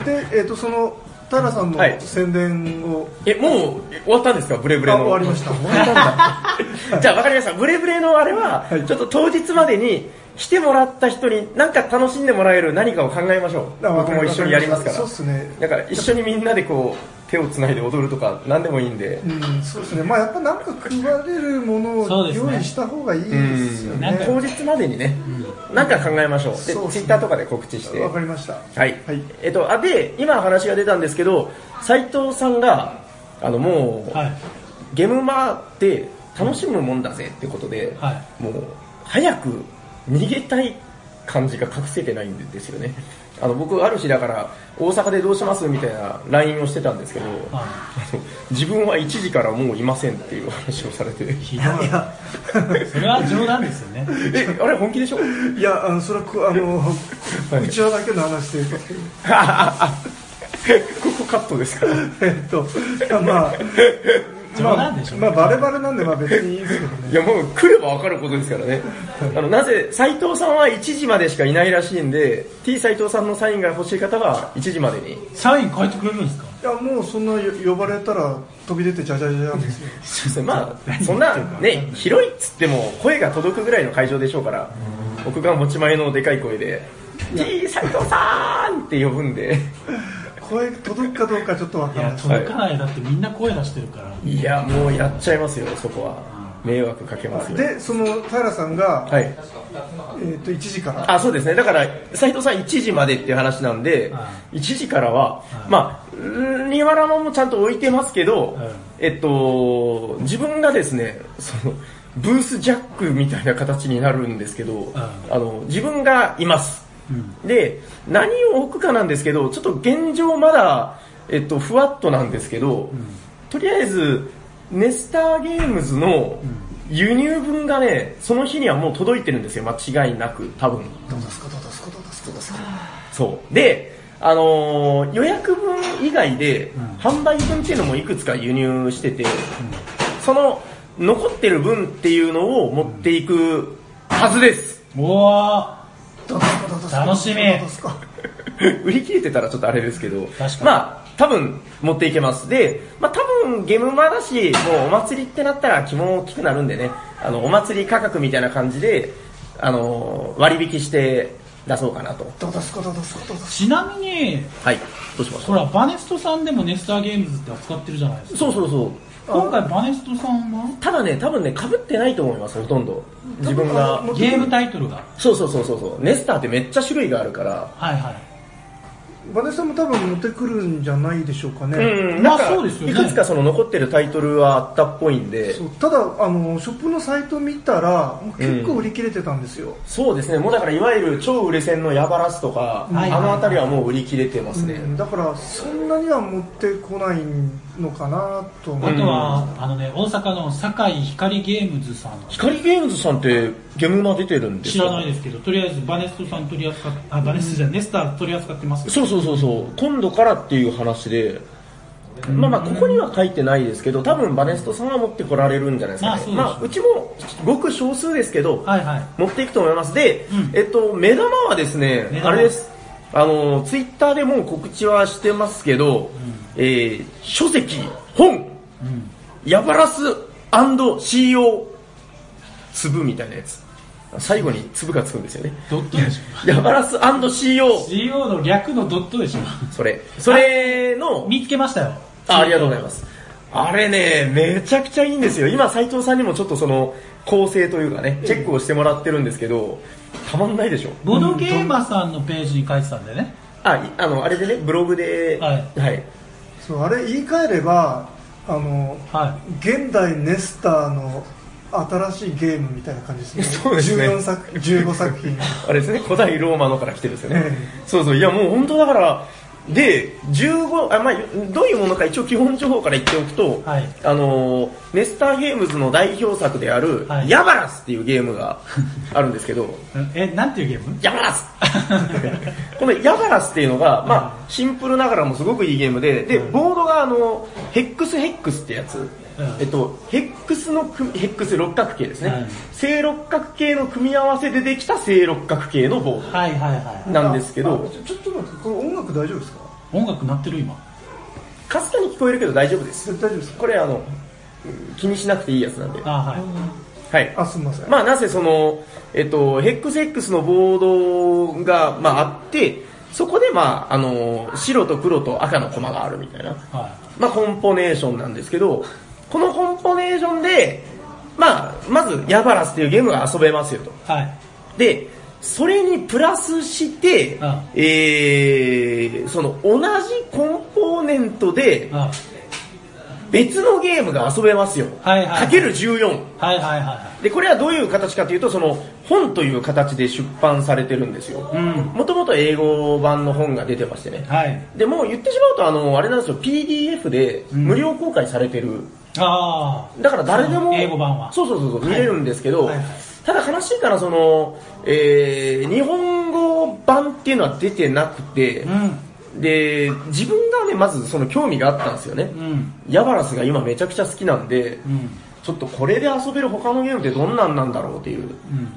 Speaker 1: うん
Speaker 2: で、えー、とその平さんの
Speaker 3: はい
Speaker 2: 宣伝を、
Speaker 3: えもうえ終わったんですかブレブレの
Speaker 2: あ終わりま した
Speaker 3: 終わったんだじゃあ分かりましたブレブレのあれは、
Speaker 2: はい
Speaker 3: ちょっと当日までに来てもらった人に何か楽しんでもらえる何かを考えましょう
Speaker 2: あわ
Speaker 3: 僕
Speaker 2: かり
Speaker 3: も
Speaker 2: ま
Speaker 3: 一
Speaker 2: した
Speaker 3: 緒にやりますから
Speaker 2: そうっすね
Speaker 3: だから一緒にみんなでこう手をつないで踊るとか何でもいいんで、
Speaker 2: うん、そうですねまあやっぱなんか配れるもの
Speaker 1: そう
Speaker 2: を
Speaker 1: です
Speaker 2: 用
Speaker 1: ね
Speaker 2: 意した方がいいですよ
Speaker 3: うん
Speaker 2: ね
Speaker 1: なんか
Speaker 3: 当日までにね、何か考えましょうで
Speaker 2: そうっすね
Speaker 3: ツイッターとかで告知して
Speaker 2: わかりました
Speaker 3: はい、
Speaker 2: はい
Speaker 3: えっと、あで今話が出たんですけど斉藤さんがあのもう、
Speaker 1: はい。
Speaker 3: ゲームマーって楽しむもんだぜってことで、
Speaker 1: は
Speaker 3: もう早く逃げたい感じが隠せてないんですよねあの僕ある日だから大阪でどうしますみたいな LINE をしてたんですけど、
Speaker 1: はい
Speaker 3: あの自分は1時からもういませんっていう話をされて
Speaker 1: ひどい。それは冗談ですよね。
Speaker 3: えあれ本気でしょ
Speaker 2: いやあのそれはこあのうちわだけの話で言うと
Speaker 3: ここカットですから
Speaker 2: えっとまあ
Speaker 1: 冗談でしょ
Speaker 2: まあ、まあバレバレなんでまあ別にいいですけどね
Speaker 3: いやもう来れば分かることですからね、あのなぜ斉藤さんは1時までしかいないらしいんで、T 斉藤さんのサインが欲しい方は1時までに、
Speaker 1: サイン書いてくれるんですか
Speaker 2: いやもうそんなよ呼ばれたら飛び出てじゃじゃじゃじゃですよ
Speaker 3: まあ、そんな、ね、広いっつっても、声が届くぐらいの会場でしょうから、僕が持ち前のでかい声で、T 斉藤さーんって呼ぶんで、
Speaker 2: 声届くかどうかちょっとわか
Speaker 1: い
Speaker 2: んない
Speaker 1: や、
Speaker 2: です
Speaker 1: 届かない。だってみんな声出してるから。
Speaker 3: いや、もうやっちゃいますよ、そこは、迷惑かけますよ。
Speaker 2: でその平さんが、
Speaker 3: はい
Speaker 2: えっと1時から
Speaker 3: あそうですねだから斉藤さん1時までっていう話なんで、
Speaker 1: は
Speaker 3: 1時からは、
Speaker 1: はい
Speaker 3: まあうんリワラマもちゃんと置いてますけど、
Speaker 1: はい
Speaker 3: えっと自分がですねそのブースジャックみたいな形になるんですけど、
Speaker 1: はい
Speaker 3: あの自分がいます、
Speaker 1: う
Speaker 3: で何を置くかなんですけどちょっと現状まだ、えっと、ふわっとなんですけど、とりあえずネスターゲームズの輸入分がねその日にはもう届いてるんですよ間違いなく多分
Speaker 2: どうですかどうですかどうですかどうですか
Speaker 3: そうで、あのー予約分以外で、
Speaker 1: ん
Speaker 3: 販売分っていうのもいくつか輸入してて、その残ってる分っていうのを持っていくはずです、
Speaker 1: おー
Speaker 2: どうですかどうですか
Speaker 1: 楽しみ
Speaker 2: どうですか
Speaker 3: 売り切れてたらちょっとあれですけど
Speaker 1: 確かに
Speaker 3: まあ多分持っていけますで、まあ、多分ゲームマだしもうお祭りってなったら気も大きくなるんでねあのお祭り価格みたいな感じで、あのー割引して出そうかなと
Speaker 2: どうですかどうですかどうですか
Speaker 1: ちなみに、
Speaker 3: はいどうしまし
Speaker 1: ほ
Speaker 3: た
Speaker 1: ら、バネストさんでもネスターゲームズって扱ってるじゃないですか。
Speaker 3: そうそうそう
Speaker 1: 今回バネストさんは
Speaker 3: ただね、多分ね、被ってないと思います、ほとんど。自分が
Speaker 2: あ。もう
Speaker 1: ゲームタイトルが。
Speaker 3: そうそうそうそうそう。ネスターってめっちゃ種類があるから。
Speaker 1: はいはい。
Speaker 2: バネさんも多分持ってくるんじゃないでしょうかね、
Speaker 3: うん、
Speaker 1: まあ
Speaker 3: なんか
Speaker 1: そうですよね
Speaker 3: いくつかその残ってるタイトルはあったっぽいんで。
Speaker 2: そうただあのショップのサイト見たらもう結構売り切れてたんですよ、
Speaker 3: そうですね、もうだからいわゆる超売れ線のヤバラスとか、
Speaker 1: はい
Speaker 3: あのあたりはもう売り切れてますね。
Speaker 2: うんだからそんなには持ってこないのかなと思
Speaker 1: あ
Speaker 2: う、
Speaker 1: とは、あのね、大阪の堺光ゲームズさん。
Speaker 3: 光ゲームズさんってゲームマ出てるんです
Speaker 1: 知
Speaker 3: から
Speaker 1: ないですけど、とりあえずバネストさん取り扱っ、あ、バネストじゃない、ネスター取り扱ってます。
Speaker 3: そうそうそうそう今度からっていう話で、まあまあここには書いてないですけど多分バネストさんは持ってこられるんじゃないですかね、
Speaker 1: ま
Speaker 3: ま
Speaker 1: あ
Speaker 3: あ
Speaker 1: そう
Speaker 3: うちもごく少数ですけど、
Speaker 1: はいはい。
Speaker 3: 持っていくと思いますで、
Speaker 1: うん
Speaker 3: えっと目玉はですね
Speaker 1: 目玉
Speaker 3: あれですあのツイッターでもう告知はしてますけど、えー書籍本
Speaker 1: うん。
Speaker 3: ヤバラス &CO 粒みたいなやつ最後に粒がつくんですよね。
Speaker 4: ドットでし
Speaker 3: ヤバラス &CO!
Speaker 4: ょ CO の略のドットでしょ
Speaker 3: それ。それの、
Speaker 1: 見つけましたよ。
Speaker 3: あありがとうございます。あれね、めちゃくちゃいいんですよ。今、斉藤さんにもちょっとその、構成というかね、チェックをしてもらってるんですけど、たまんないでしょ。
Speaker 1: ボドゲーマさんのページに書いてたんでね。
Speaker 3: あ、いあの、あれでね、ブログで、
Speaker 1: は
Speaker 3: はい。
Speaker 2: そうあれ言い換えればあの、
Speaker 1: は
Speaker 2: 現代ネスターの新しいゲームみたいな感じですね
Speaker 3: そうですね
Speaker 2: 14作15作品
Speaker 3: あれですね、古代ローマのから来てるんですよね
Speaker 2: え。
Speaker 3: そうそう、いやもう本当だから、で、15、あまあ、どういうものか一応基本情報から言っておくと、
Speaker 1: はい
Speaker 3: あのー、ネスターゲームズの代表作である、
Speaker 1: はい
Speaker 3: ヤバラスっていうゲームがあるんですけど、
Speaker 1: え、なんていうゲ ーム
Speaker 3: ヤバラス このヤバラスっていうのが、まあ、シンプルながらもすごくいいゲームで、で、ボードがあの、ヘックスヘックスってやつ、えっと、ヘックスの組、ヘックス六角形ですね、
Speaker 1: はい
Speaker 3: 正六角形の組み合わせでできた正六角形のボード。
Speaker 1: はいはいは
Speaker 3: なんですけ
Speaker 2: あ
Speaker 3: ど、
Speaker 2: ちょちょっと待ってこれ音楽大丈夫ですか
Speaker 1: い。音楽鳴ってる今。
Speaker 3: かすかに聞こえるけど大丈夫です。
Speaker 2: 絶対大丈夫ですか
Speaker 3: これあの、うん気にしなくていいやつなんで。
Speaker 1: あ、はい。
Speaker 3: はい。
Speaker 2: あすみません、
Speaker 3: まあなぜその、えっと、ヘックスヘックスのボードが、まああって、そこでまああの、白と黒と赤のコマがあるみたいな。
Speaker 1: は
Speaker 3: まあ、コンポネーションなんですけど、このコンポネーションで、まあ、まず、ヤバラスっていうゲームが遊べますよと。
Speaker 1: い。はい。
Speaker 3: で、それにプラスして、
Speaker 1: あ
Speaker 3: えー、その同じコンポーネントで
Speaker 1: あ
Speaker 3: 別のゲームが遊べますよ。
Speaker 1: はいはい
Speaker 3: かける14。
Speaker 1: はいはいは
Speaker 3: で、これはどういう形かというと、その本という形で出版されてるんですよ。
Speaker 1: ん
Speaker 3: もともと英語版の本が出てましてね
Speaker 1: い。。はい。
Speaker 3: で、もう言ってしまうと、あの、あれなんですよ、PDF で無料公開されてる。
Speaker 1: あ
Speaker 3: だから誰でも、
Speaker 1: 英語版は
Speaker 3: そうそうそうそう、見れるんですけど、
Speaker 2: はい
Speaker 3: ただ悲しいから、その、えー、日本語版っていうのは出てなくて
Speaker 1: あ。う、ん。
Speaker 3: で、自分がね、まずその興味があったんですよね。
Speaker 1: うん。
Speaker 3: ヤバラスが今めちゃくちゃ好きなんで、
Speaker 1: うん。
Speaker 3: ちょっとこれで遊べる他のゲームってどんなんなんだろうっていう。
Speaker 1: うん。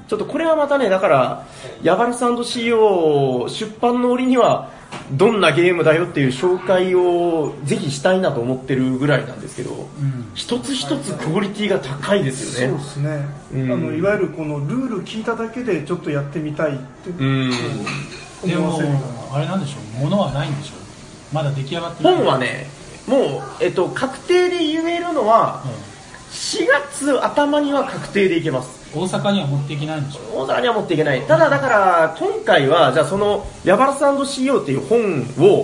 Speaker 3: ちょっとこれはまたね、だから、ヤバラス &CO 出版の折には、どんなゲームだよっていう紹介をぜひしたいなと思ってるぐらいなんですけど、
Speaker 1: ん
Speaker 3: 一つ一つクオリティが高いです
Speaker 2: そう
Speaker 3: よ
Speaker 2: で
Speaker 3: ね。
Speaker 2: すね、
Speaker 3: うん
Speaker 2: あのいわゆるこのルール聞いただけでちょっとやってみたいって
Speaker 3: うん。
Speaker 1: で
Speaker 2: 思わ
Speaker 1: も
Speaker 2: せるような、
Speaker 1: あれなんでしょう物はないんでしょうまだ出来上がってない
Speaker 3: 本はね、もう、えっと、確定で言えるのは、4月頭には確定でいけます。
Speaker 1: うん大阪には持っていけないんでしょ
Speaker 3: 大阪には持っていけない。ただだから、今回は、じゃあその、ヤバラス &CO っていう本を、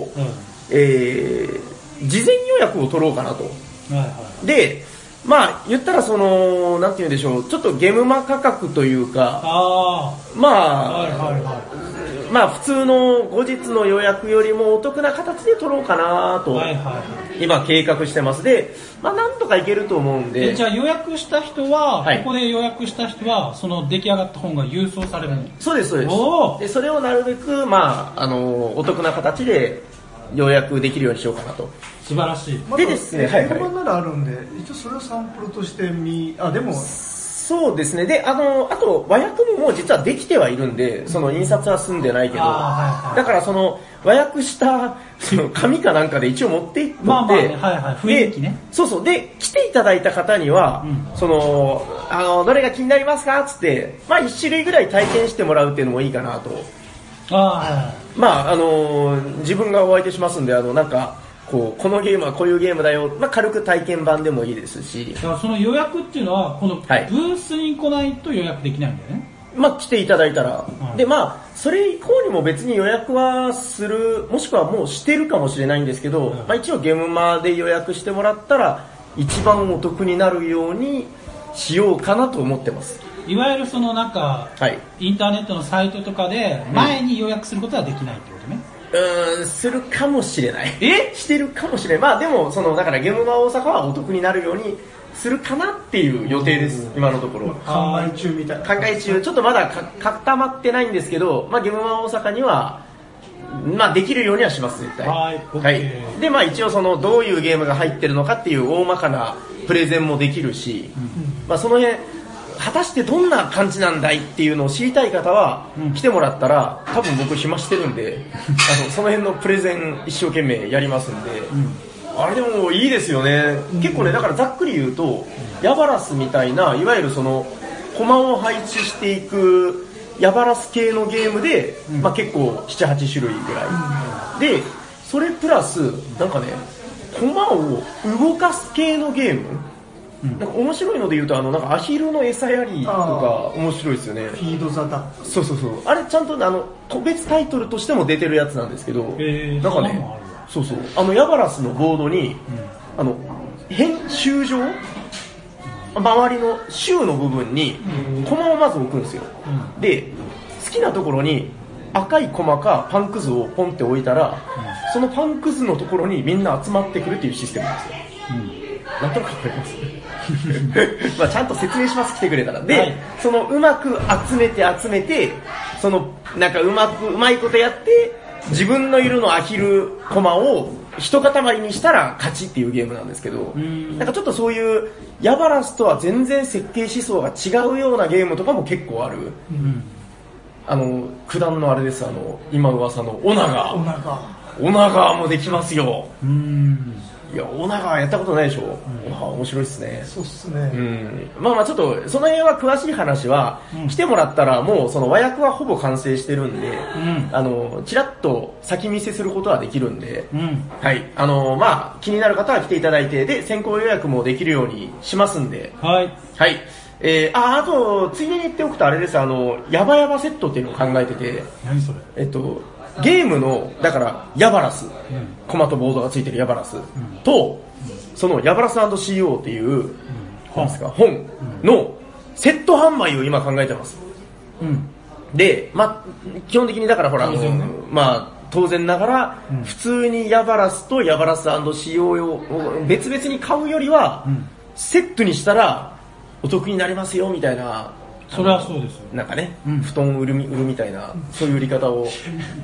Speaker 1: うんはい
Speaker 3: えー、事前予約を取ろうかなと。
Speaker 1: は
Speaker 3: で、まあ、言ったらその、なんて言うんでしょう、ちょっとゲムマ価格という
Speaker 1: い
Speaker 3: か、
Speaker 1: ああ
Speaker 3: ま
Speaker 1: はい
Speaker 3: あ、
Speaker 1: はいは
Speaker 3: まあ普通の後日の予約よりもお得な形で取ろうかなと、
Speaker 1: いはいはいはい
Speaker 3: 今計画してます。で、まあなんとかいけると思うん
Speaker 1: え
Speaker 3: で
Speaker 1: じ、ゃあ予約した人は、
Speaker 3: はい
Speaker 1: ここで予約した人はその出来上がった本が郵送されるの
Speaker 3: そうです、そうです
Speaker 1: おー。
Speaker 3: で、それをなるべく、まあ、あの、お得な形で予約できるようにしようかなと。
Speaker 1: 素晴らしい
Speaker 2: ま
Speaker 3: でですねはいはい
Speaker 2: 本番ならあるんで一応それをサンプルとしてみあでも
Speaker 3: そうですね。で、あの、あと、和訳ももう実はできてはいるんで、その印刷は済んでないけど、
Speaker 1: あーはいはい
Speaker 3: だからその、和訳した、その、紙かなんかで一応持って行って、
Speaker 1: まあまあねはいはい雰囲気ね
Speaker 3: でそうそう。で、来ていただいた方には、
Speaker 1: う
Speaker 3: その、あの、どれが気になりますかつって、まあ一種類ぐらい体験してもらうっていうのもいいかなと。
Speaker 1: ああはいはい
Speaker 3: まあ、あの自分がお相手しますんで、あの、なんか、こう、このゲームはこういうゲームだよ。まあ軽く体験版でもいいですし
Speaker 1: だ、からその予約っていうのはこのブ
Speaker 3: はい
Speaker 1: ースに来ないと予約できないんだよね、
Speaker 3: まあ、来ていただいたら、
Speaker 1: うん
Speaker 3: で、まあ、それ以降にも別に予約はする、もしくはもうしてるかもしれないんですけど、
Speaker 1: ん
Speaker 3: まあ、一応ゲームマで予約してもらったら、一番お得になるようにしようかなと思ってます。
Speaker 1: い、わゆるそのなんか
Speaker 3: はい。
Speaker 1: インターネットのサイトとかで前に予約することはできないってことね、
Speaker 3: うーん、するかもしれない。
Speaker 1: え
Speaker 3: してるかもしれない。まあ、でも、その、だからゲームマ大阪はお得になるようにするかなっていう予定です、今のところ。
Speaker 2: 考え中みたいな
Speaker 3: 考え中、ちょっとまだか固まってないんですけど、まあ、ゲームマ大阪には、まあ、できるようにはします、絶対。
Speaker 1: はい
Speaker 3: は
Speaker 1: OK
Speaker 3: い。で、まあ、一応、その、どういうゲームが入ってるのかっていう大まかなプレゼンもできるし、まあ、その辺、果たしてどんな感じなんだいっていうのを知りたい方は、
Speaker 1: うん
Speaker 3: 来てもらったら、多分僕暇してる んで、あの、その辺のプレゼン一生懸命やりますんで、あれでもいいですよね。結構ね、だからざっくり言うと、ヤバラスみたいな、いわゆるその、駒を配置していくヤバラス系のゲームで、まあ、結構78種類ぐらい、でそれプラスなんかね駒を動かす系のゲーム、なんか面白いので言うとあのなんかアヒルの餌やりとか
Speaker 2: あ
Speaker 3: 面白いですよね
Speaker 2: フィード・ザ・ダック
Speaker 3: そうそうそうあれちゃんとあの個別タイトルとしても出てるやつなんですけど、
Speaker 4: へー
Speaker 3: なんか
Speaker 4: そんな
Speaker 3: ね
Speaker 4: のもあるわ
Speaker 3: そうそうあのヤバラスのボードに、あの編集上周りの州の部分に駒をまず置くんですよ、で好きなところに赤い駒かパンくずをポンって置いたら、そのパンくずのところにみんな集まってくるっていうシステムなんですよ、なんとなくわかります まあちゃんと説明します来てくれたらで、
Speaker 4: はい
Speaker 3: そのうまく集めて集めてそのなんかうまくうまいことやって自分のいるのアヒル駒を一塊にしたら勝ちっていうゲームなんですけどなんかちょっとそういうヤバラスとは全然設計思想が違うようなゲームとかも結構ある、あの九段のあれですあの今噂のオナガ
Speaker 2: お腹
Speaker 3: オナガもできますよ
Speaker 4: うん。
Speaker 3: いやオナガやったことないでしょ、ああ面白いっすね
Speaker 2: そうっす
Speaker 3: う
Speaker 2: ね、
Speaker 3: んまあまあちょっとその辺は詳しい話は、来てもらったらもうその和訳はほぼ完成してるんで、
Speaker 4: ん
Speaker 3: あのちらっと先見せすることはできるんで、
Speaker 4: うん。
Speaker 3: はいあのまあ気になる方は来ていただいてで先行予約もできるようにしますんで
Speaker 4: はい。
Speaker 3: はいえー、ああとついでに言っておくとあれですあのヤバヤバセットっていうのを考えてて
Speaker 4: 何それ
Speaker 3: えっと、ゲームの、だから、ヤバラス、コマとボードがついてるヤバラス、と、そのヤバラス &CO っていう、本ですか、本のセット販売を今考えてます。
Speaker 4: うん。
Speaker 3: で、まあ、基本的にだからほら、あのまあ、当然ながら、普通にヤバラスとヤバラス &CO を別々に買うよりは、セットにしたらお得になりますよ、みたいな。
Speaker 4: それはそうですよ。
Speaker 3: なんかね、布団売るみ売るみたいな、そういう売り方を。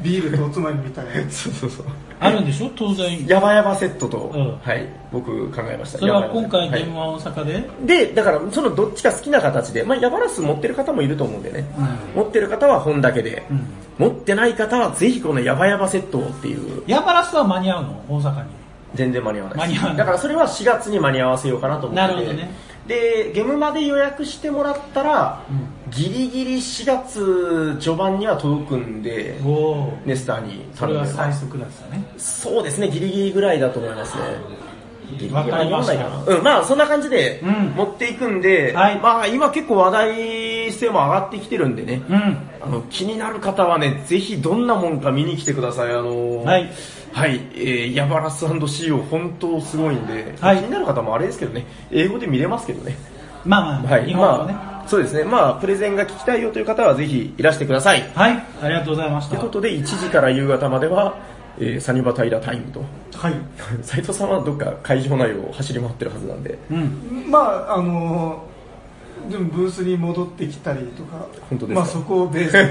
Speaker 2: ビールとおつまみみたいな
Speaker 3: そうそうそう。
Speaker 4: あるんでしょ当然。
Speaker 3: ヤバヤバセットと、
Speaker 4: うん
Speaker 3: はい、僕考えました。
Speaker 4: それは
Speaker 3: ヤバヤ
Speaker 4: 今
Speaker 3: バ
Speaker 4: 回
Speaker 3: は
Speaker 4: 電
Speaker 3: い
Speaker 4: 話大阪で、
Speaker 3: で、だから、そのどっちか好きな形で、まあ、ヤバラス持ってる方もいると思うんでね、持ってる方は本だけで、持ってない方はぜひこのヤバヤバセットをっていう、
Speaker 4: ヤバラスは間に合うの大阪に。
Speaker 3: 全然間に合わない
Speaker 4: 間
Speaker 3: です
Speaker 4: に合わない
Speaker 3: だからそれは4月に間に合わせようかなと思ってて
Speaker 4: なるほどね
Speaker 3: で、ゲームまで予約してもらったら、ギリギリ4月序盤には届くんで、
Speaker 4: おお。
Speaker 3: ネスターに
Speaker 4: それ
Speaker 3: 頼ん
Speaker 4: は
Speaker 3: で
Speaker 4: 最速だったね。
Speaker 3: そうですね、ギリギリぐらいだと思いますね。ギリギリ
Speaker 4: わかりました
Speaker 3: うん、まあそんな感じで
Speaker 4: うん
Speaker 3: 持っていくんで、
Speaker 4: はい
Speaker 3: まあ今結構話題性も上がってきてるんでね、
Speaker 4: うん。
Speaker 3: あの気になる方はね、ぜひどんなもんか見に来てください。あのー
Speaker 4: はい。
Speaker 3: はい、えー、ヤバラス &CO 本当すごいんで、
Speaker 4: はい
Speaker 3: 気になる方もあれですけどね、英語で見れますけどね。
Speaker 4: まあま
Speaker 3: は
Speaker 4: あ、
Speaker 3: い、
Speaker 4: 日本はね。
Speaker 3: まあ、そうですね、まあプレゼンが聞きたいよという方はぜひいらしてください。
Speaker 4: はい。ありがとうございまし
Speaker 3: というこ
Speaker 4: た。
Speaker 3: とで、1時から夕方までは、えーサニバタイラタイムと。
Speaker 2: はい
Speaker 3: 斉藤さんはどっか会場内を走り回ってるはずなんで、
Speaker 4: うん。
Speaker 2: まああのーでもブースに戻ってきたりとか
Speaker 3: 本当ですか
Speaker 2: まあそこをベース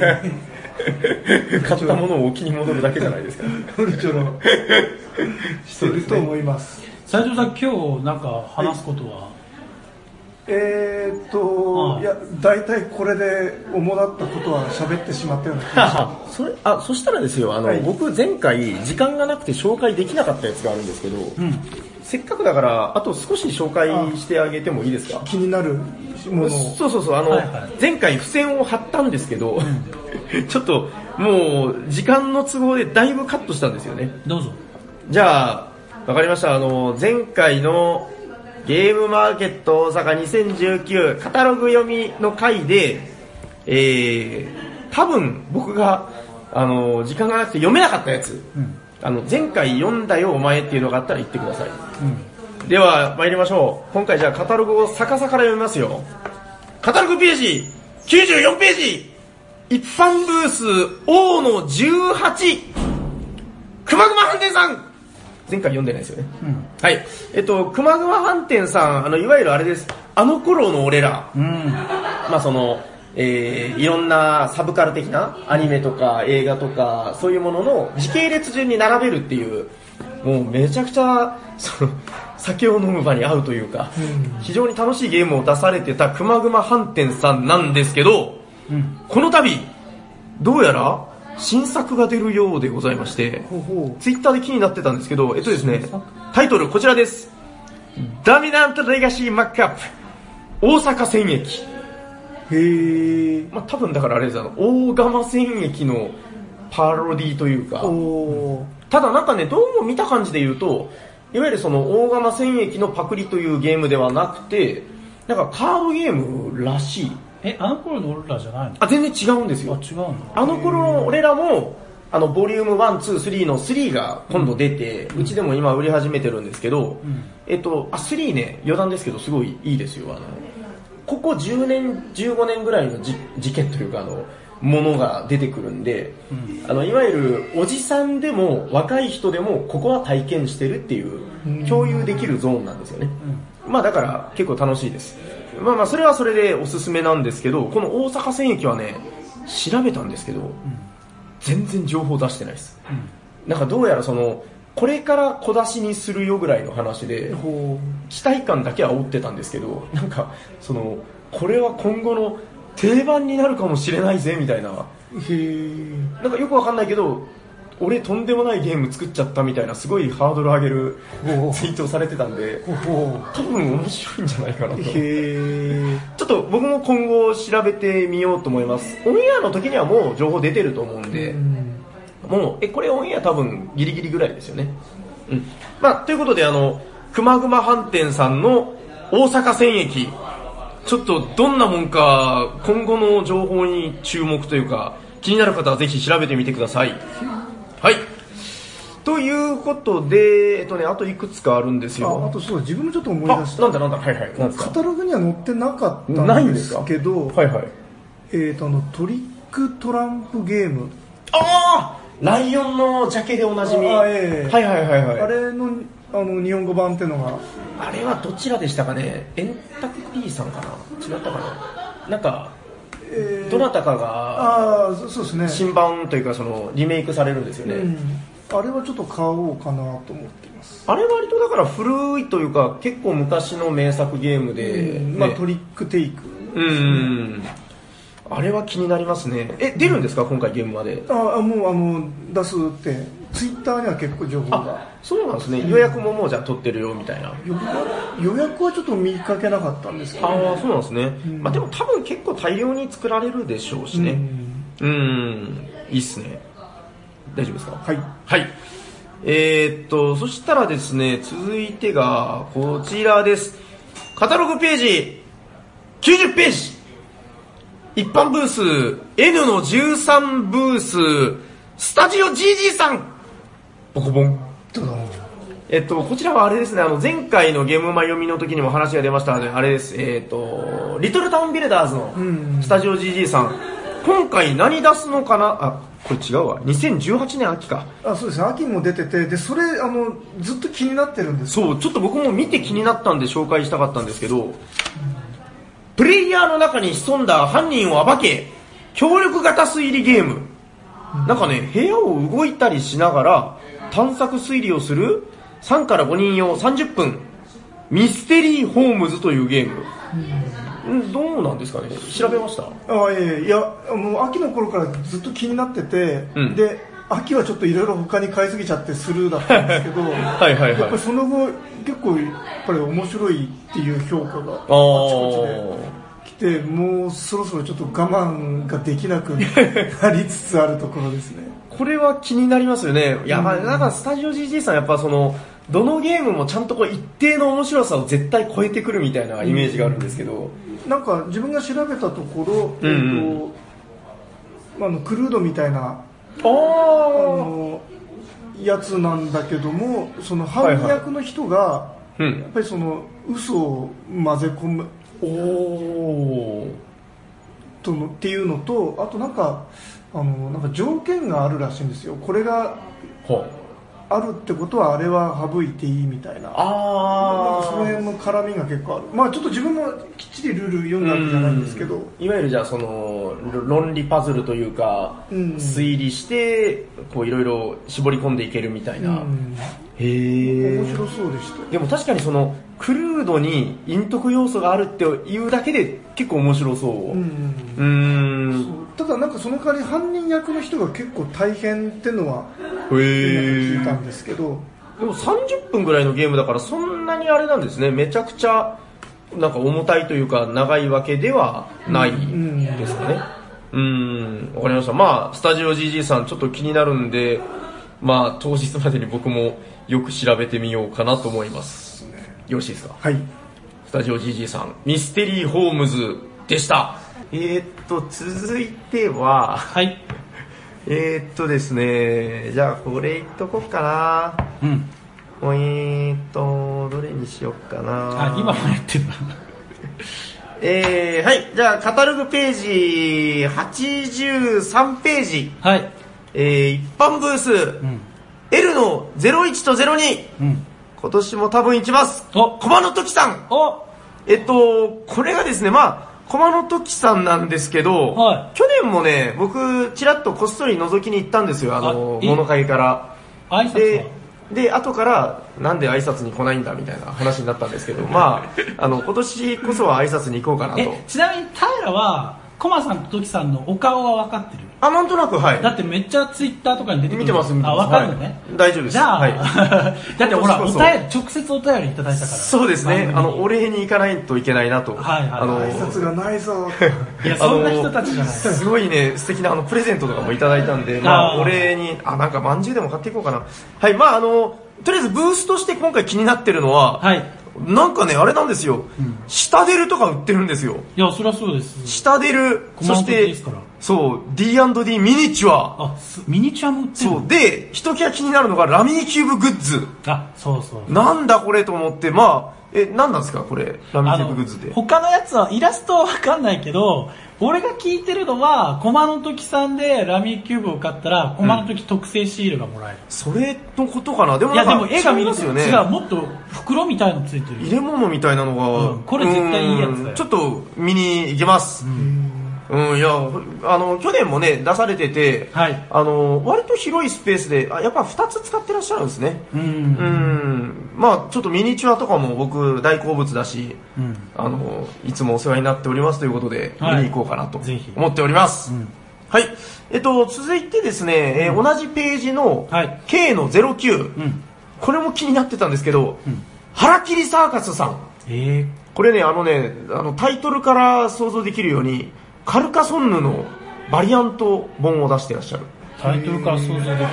Speaker 2: に
Speaker 3: 買ったものを置きに戻るだけじゃないですか。
Speaker 2: フルチョロしてると思い ます
Speaker 4: 斉藤さん、今日なんか話すことは、
Speaker 2: えーっと、
Speaker 4: はい
Speaker 2: い、や大体これで主だったことは喋ってしまったような気がしま
Speaker 3: あ それあそしたらですよあの、
Speaker 2: はい
Speaker 3: 僕前回時間がなくて紹介できなかったやつがあるんですけど、せっかくだからあと少し紹介してあげてもいいですか
Speaker 2: す気になるものを
Speaker 3: そうそうそうあの、
Speaker 4: はいはい
Speaker 3: 前回付箋を貼ったんですけど、 ちょっともう時間の都合でだいぶカットしたんですよね
Speaker 4: どうぞ。
Speaker 3: じゃあ、わかりました。あの、前回のゲームマーケット大阪2019カタログ読みの回で、えー、多分僕が、あの、時間がなくて読めなかったやつ、あの、前回読んだよお前っていうのがあったら言ってください。では、参りましょう。今回じゃあカタログを逆さから読みますよ。カタログページ、94ページ、一般ブース、王の18、くまぐま飯店さん前回読んでないですよね。はい。えっと、くまぐま飯店さん、あの、いわゆるあれです。あの頃の俺ら。まあその、えー、いろんなサブカル的なアニメとか映画とか、そういうものの時系列順に並べるっていう、もうめちゃくちゃ、その、酒を飲む場に合うというか、非常に楽しいゲームを出されてたくまぐま飯店さんなんですけど、この度、どうやら新作が出るようでございまして、
Speaker 2: ほうほ
Speaker 3: ツイッターで気になってたんですけど、えっとですね、タイトルこちらです。ダミナントレガシーマックアップ、大阪戦役、
Speaker 2: へえ
Speaker 3: まあ、多分だからあれですあの大釜戦役のパロディというか
Speaker 2: おお
Speaker 3: ただなんかねどうも見た感じで言うといわゆるその大釜戦役のパクリというゲームではなくてなんかカードゲームらしい
Speaker 4: え、あの頃の俺らじゃないの
Speaker 3: あ全然違うんです
Speaker 4: あ、
Speaker 3: よ
Speaker 4: 違うんだ。
Speaker 3: あの頃の俺らもあのボリューム123の3が今度出て、うちでも今売り始めてるんですけど、
Speaker 4: ん
Speaker 3: えっとあ3ね余談ですけどすごいいいですよあのここ10年15年ぐらいのじ事件というかあのものが出てくるんで、あのいわゆるおじさんでも若い人でもここは体験してるっていう共有できるゾーンなんですよね、まあだから結構楽しいですまあまあそれはそれでおすすめなんですけどこの大阪戦役はね調べたんですけど、全然情報出してないです、なんかどうやらそのこれから小出しにするよぐらいの話で
Speaker 2: ほ
Speaker 3: 期待感だけは追ってたんですけどなんかそのこれは今後の定番になるかもしれないぜみたいな
Speaker 2: うへえ
Speaker 3: なんかよくわかんないけど俺とんでもないゲーム作っちゃったみたいなすごいハードル上げる
Speaker 2: おう
Speaker 3: ツイートをされてたんで
Speaker 2: ほ
Speaker 3: 多分面白いんじゃないかなと
Speaker 2: うへえ
Speaker 3: ちょっと僕も今後調べてみようと思いますオンエアの時にはもう情報出てると思うんで、もうえこれオンエア多分ギリギリぐらいですよね、うんまあ、ということであのくまぐま飯店さんの大阪戦役ちょっとどんなもんか今後の情報に注目というか気になる方はぜひ調べてみてくださいはいということで、えっとね、あといくつかあるんです
Speaker 2: ああ
Speaker 3: よ
Speaker 2: とそうだ自分もちょっと思い
Speaker 3: あ
Speaker 2: 出した
Speaker 3: なんだなんだはいはいなんです
Speaker 2: カ
Speaker 3: か
Speaker 2: タログには載ってなかっ
Speaker 3: な
Speaker 2: た
Speaker 3: い
Speaker 2: んで
Speaker 3: んです
Speaker 2: す
Speaker 3: か
Speaker 2: けど
Speaker 3: はいはい
Speaker 2: えーとあのトリックトランプゲーム
Speaker 3: ああライオンのジャケでおなじみ。
Speaker 2: あええ
Speaker 3: はいはいはいはい。
Speaker 2: あ
Speaker 3: あれ
Speaker 2: れのあの日本語版ってのが
Speaker 3: はどちらでしたかね円卓 P さんかな違ったかななんか、
Speaker 2: えー
Speaker 3: どなたかが
Speaker 2: ああそそうですね
Speaker 3: 新版というかそのリメイクされるんですよね。
Speaker 2: うんあれはちょっと買おうかなと思っています
Speaker 3: あれ割とだから古いというか結構昔の名作ゲームで、
Speaker 2: うんまあ
Speaker 3: ね
Speaker 2: トリックテイク
Speaker 3: うん。あれは気になりますね。え、出るんですか今回ゲームまで。
Speaker 2: ああもうあの出すってツイッターには結構情報が
Speaker 3: あ、そうなんですね。予約ももうじゃあ取ってるよみたいな。
Speaker 2: 予約は予約はちょっと見かけなかったんですけど
Speaker 3: ああ、そうなんですね。
Speaker 2: ん
Speaker 3: まあでも多分結構大量に作られるでしょうしね。
Speaker 2: うん
Speaker 3: うーん、いいっすね。大丈夫ですか
Speaker 2: はい
Speaker 3: はい。えーっと、そしたらですね、続いてがこちらです。カタログページ、90ページ一般ブース、N の13ブース、スタジオ GG さんボコボン。
Speaker 2: どうだろう
Speaker 3: えっと、こちらはあれですね、あの、前回のゲームマ読みの時にも話が出ましたので、あれです、えっと、リトルタウンビルダーズのスタジオ GG さん、今回何出すのかなあ、これ違うわ。2018年秋か。
Speaker 2: あそうですね秋も出ててでそれあのずっと気になってるんです
Speaker 3: そう、ちょっと僕も見て気になったんで紹介したかったんですけど、プレイヤーの中に潜んだ犯人を暴け、協力型推理ゲーム。なんかね、部屋を動いたりしながら探索推理をする3から5人用30分、ミステリーホームズというゲーム。うんどうなんですかね調べました
Speaker 2: あええいやもう秋の頃からずっと気になってて、
Speaker 3: うん
Speaker 2: で秋はちょっといろいろ他に買いすぎちゃってスルーだったんですけど
Speaker 3: いはいはい
Speaker 2: やっぱりその後結構やっぱり面白いっていう評価があち
Speaker 3: あ
Speaker 2: こちで来てもうそろそろちょっと我慢ができなくなりつつあるところですね
Speaker 3: これは気になりますよね。いや、まあ、なんかスタジオ GG さんやっぱその、どのゲームもちゃんとこう一定の面白さを絶対超えてくるみたいなイメージがあるんですけど、
Speaker 2: なんか自分が調べたところ、
Speaker 3: うんうん
Speaker 2: えっとまああのクルードみたいなあ
Speaker 3: あ
Speaker 2: のやつなんだけどもその犯人役の人が、
Speaker 3: ーう
Speaker 2: やっ
Speaker 3: ん。
Speaker 2: ぱりその嘘を混ぜ込む
Speaker 3: おー。
Speaker 2: とのっていうのとあとなんかあのなんか条件があるらしいんですよこれが
Speaker 3: ほう。
Speaker 2: あるってことはあれは省いていいみたいななん
Speaker 3: あ
Speaker 2: かその
Speaker 3: ー。
Speaker 2: 辺の絡みが結構あるまあちょっと自分もきっちりルール読んだわけじゃないんですけど
Speaker 3: いわゆるじゃあそのろ論理パズルというか、
Speaker 2: うん
Speaker 3: 推理してこういろいろ絞り込んでいけるみたいな、
Speaker 2: うん
Speaker 3: へえ
Speaker 2: 面白そうでした
Speaker 3: でも確かにそのクルードに陰徳要素があるっていうだけで結構面白そう、
Speaker 2: うん
Speaker 3: うー
Speaker 2: そ
Speaker 3: ん。
Speaker 2: うただなんかその代わり犯人役の人が結構大変ってのは聞いたんですけど、
Speaker 3: でも30分ぐらいのゲームだからそんなにあれなんですね。めちゃくちゃなんか重たいというか長いわけではない
Speaker 2: ん
Speaker 3: ですかね。うん、わかりました。まあ、スタジオ GG さんちょっと気になるんで、まあ、当日までに僕もよく調べてみようかなと思います。よろしいですか
Speaker 2: はい
Speaker 3: スタジオ GG さん、ミステリーホームズでした。えー、っと、続いては、
Speaker 1: はい。
Speaker 3: えー、っとですね、じゃあこれいっとこっかな。
Speaker 1: うん。
Speaker 3: ポイント、どれにしよっかな。
Speaker 1: あ、今もやってるな。
Speaker 3: えー、はい、じゃあカタログページ、83ページ、
Speaker 1: はい。
Speaker 3: えー、一般ブース、
Speaker 1: うん。
Speaker 3: L の01と02、
Speaker 1: うん。
Speaker 3: 今年も多分行きます。
Speaker 1: お
Speaker 3: 駒の時さん。
Speaker 1: お
Speaker 3: えっと、これがですね、まあ、駒の時さんなんですけど、
Speaker 1: は
Speaker 3: 去年もね、僕、ちらっとこっそり覗きに行ったんですよ、あの、
Speaker 1: あいい
Speaker 3: 物陰から。
Speaker 1: 挨拶は
Speaker 3: で、で、後から、なんで挨拶に来ないんだみたいな話になったんですけど、まあ、あの、今年こそは挨拶に行こうかなと
Speaker 1: え。、ちなみに平は、コマさんとトキさんのお顔は分かってる
Speaker 3: あ、なんとなく、はい。
Speaker 1: だってめっちゃツイッターとかに出てくる。
Speaker 3: 見てます、見てます。
Speaker 1: あ、分かるのね。
Speaker 3: はい大丈夫です。
Speaker 1: じゃあ、
Speaker 3: はい
Speaker 1: だってほら、お
Speaker 3: そ
Speaker 1: 便
Speaker 3: うそう
Speaker 1: り
Speaker 3: そう、
Speaker 1: 直接お便りいただいたから。
Speaker 3: そうですね、あ
Speaker 1: 番組
Speaker 3: の、
Speaker 1: に
Speaker 3: お礼に行かないといけないなと。
Speaker 1: はいはい
Speaker 3: あの
Speaker 2: 挨拶がないぞ
Speaker 1: いや、そんな人たちじゃない。
Speaker 3: すごいね、素敵なあのプレゼントとかもいただいたんで、ま
Speaker 1: あ
Speaker 3: あ、
Speaker 1: ー
Speaker 3: お礼に、あ、なんかまんじゅうでも買っていこうかな。はい、まあ、あの、とりあえずブースとして今回気になってるのは、
Speaker 1: はい。
Speaker 3: なんかね、あれなんですよ、下出るとか売ってるんですよ。
Speaker 1: いや、そりゃそうです。
Speaker 3: 下出る、
Speaker 1: コ
Speaker 3: そ
Speaker 1: マン
Speaker 3: し
Speaker 1: ドで
Speaker 3: て
Speaker 1: すから、
Speaker 3: そう、D&D ミニチュア。
Speaker 1: あ、すミニチュアも売ってる
Speaker 3: そ
Speaker 1: の
Speaker 3: う、で、ひときわ気になるのがラミーキューブグッズ。
Speaker 1: あ、そうそう。
Speaker 3: なんだこれと思って、まあ、え、なんなんですかこれ、ラミー
Speaker 1: あ
Speaker 3: キューブ
Speaker 1: の
Speaker 3: グッズで。
Speaker 1: 他のやつはイラストはわかんないけど、俺が聞いてるのは、コマの時さんでラミーキューブを買ったら、コマの時特製シールがもらえる。
Speaker 3: それのことかなでも
Speaker 1: い
Speaker 3: な
Speaker 1: や、
Speaker 3: んか
Speaker 1: でも絵が見
Speaker 3: 違い
Speaker 1: る
Speaker 3: ます
Speaker 1: と
Speaker 3: よね。
Speaker 1: 違う、もっと袋みたいのついて
Speaker 3: 入
Speaker 1: る。
Speaker 3: れ物みたいなのが、
Speaker 1: うんこれ絶対いいやつだよ
Speaker 3: うんちょっと見に行けます。うん、いや、あの、去年もね、出されてて、
Speaker 1: はい
Speaker 3: あの、割と広いスペースで、あやっぱ2つ使ってらっしゃるんですね。
Speaker 1: う。
Speaker 3: うんん、まあちょっとミニチュアとかも僕大好物だし、
Speaker 1: うん。
Speaker 3: あの、いつもお世話になっておりますということで、
Speaker 1: はい
Speaker 3: 見に行こうかなと
Speaker 1: ぜひ
Speaker 3: 思っております。
Speaker 1: ん
Speaker 3: はい。えっと、続いてですね、えー同じページの
Speaker 1: はい
Speaker 3: K の09、
Speaker 1: うん。
Speaker 3: これも気になってたんですけど、腹切りサーカスさん。
Speaker 1: えー、
Speaker 3: これね、あのね、あのタイトルから想像できるように、カルカソンヌのバリアント本を出してらっしゃる。
Speaker 1: タイトルから想像できない。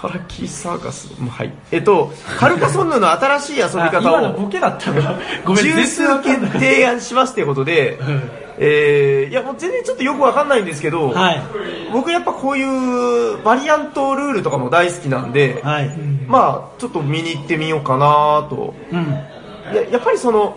Speaker 3: ハラキサーカス、まあはい。えっと、カルカソンヌの新しい遊び
Speaker 1: あ
Speaker 3: 方
Speaker 1: 今の
Speaker 3: を
Speaker 1: ボケだったから。 ごめん、
Speaker 3: 十
Speaker 1: 全然わ
Speaker 3: 数
Speaker 1: かん
Speaker 3: 件
Speaker 1: なかっ
Speaker 3: 提案しますということで
Speaker 1: ん、
Speaker 3: えー、いやもう全然ちょっとよくわかんないんですけど、
Speaker 1: た。はい。
Speaker 3: 僕やっぱこういうバリアントルールとかも大好きなんで、
Speaker 1: はい。
Speaker 3: まあちょっと見に行ってみようかなと
Speaker 1: うん。
Speaker 3: ややっぱりその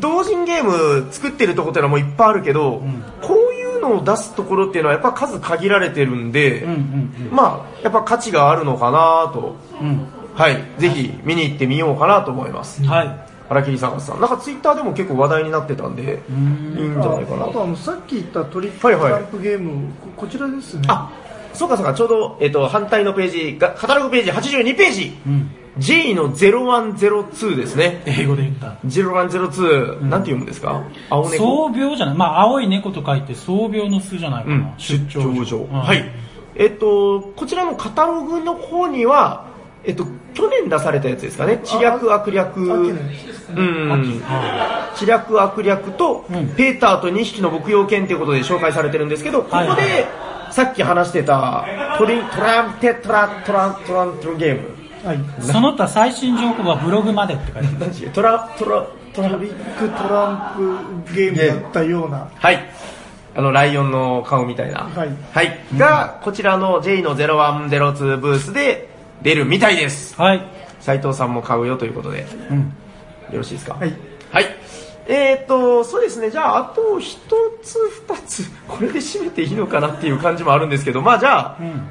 Speaker 3: 同人ゲーム作ってるとこってのはもういっぱいあるけど、こういうのを出すところっていうのはやっぱ数限られてるんで、
Speaker 1: うんうん
Speaker 3: まあやっぱ価値があるのかなと
Speaker 1: うん。
Speaker 3: はいぜひ見に行ってみようかなと思います
Speaker 1: うん。はい。
Speaker 3: 荒切さんさんなんかツイッターでも結構話題になってたんでいいんじゃないかな
Speaker 2: あとあのさっき言ったトリック
Speaker 3: はいはい
Speaker 2: トランプゲームここちらですね
Speaker 3: あそうかそうかちょうど、えっと反対のページがカタログページ82ページ、
Speaker 1: うん。
Speaker 3: G の0102ですね
Speaker 1: 英語で言った。
Speaker 3: 0102、なんて読むんですか青猫
Speaker 1: 総病じゃない、まあ、青い猫と書いて総病の巣じゃないかな、
Speaker 3: うん、出張所。
Speaker 1: うん
Speaker 3: はい。えっと、こちらのカタログの方には、えっと、去年出されたやつですかね。知略、悪略。
Speaker 2: 秋
Speaker 3: う
Speaker 2: のやつです
Speaker 3: ん。知略、悪略と
Speaker 1: うん、
Speaker 3: ペーターと2匹の牧羊犬ということで紹介されてるんですけど、ここ
Speaker 1: はいはい
Speaker 3: で、さっき話してた、トリ、トランペトラ、トラン、トラントラゲーム。
Speaker 2: はい
Speaker 1: その他最新情報はブログまでって書いてある
Speaker 3: 何時トラ、トラ、
Speaker 2: トリックトランプゲームだったような
Speaker 3: はい。あの、ライオンの顔みたいな。
Speaker 2: はい
Speaker 3: はい。が、こちらの J の0102ブースで出るみたいです。
Speaker 1: はい、
Speaker 3: 斉藤さんも買うよということで、よ
Speaker 1: うん、
Speaker 3: ろしいですか
Speaker 2: はい。
Speaker 3: はい。えーっと、そうですね、じゃあ、あと一つ、二つ、 これで締めていいのかなっていう感じもあるんですけど、まあじゃあ、
Speaker 1: ん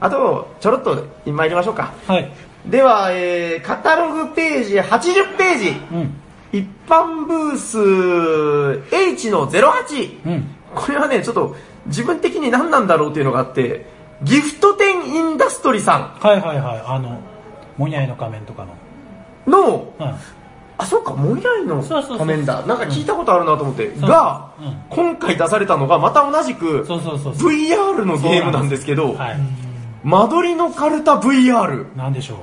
Speaker 3: あと、ちょろっと参りましょうか。
Speaker 1: はい、
Speaker 3: では、えー、カタログページ、80ページ、
Speaker 1: うん、
Speaker 3: 一般ブース H の08、
Speaker 1: うん、
Speaker 3: これはね、ちょっと自分的に何なんだろうっていうのがあって、ギフト店インダストリさ
Speaker 1: はいはいはい、あの、もにゃいの仮面とかの、
Speaker 3: んの
Speaker 1: うん、
Speaker 3: あ、そうか、モイライの
Speaker 1: そうそうそう
Speaker 3: 仮面だ。なんか聞いたことあるなと思って。
Speaker 1: そう
Speaker 3: が、
Speaker 1: うん
Speaker 3: 今回出されたのが、また同じく、
Speaker 1: そうそうそうそう、
Speaker 3: VR のゲームなんですけど、
Speaker 1: はい、
Speaker 3: 間取りのカルタ VR。
Speaker 1: なんでしょ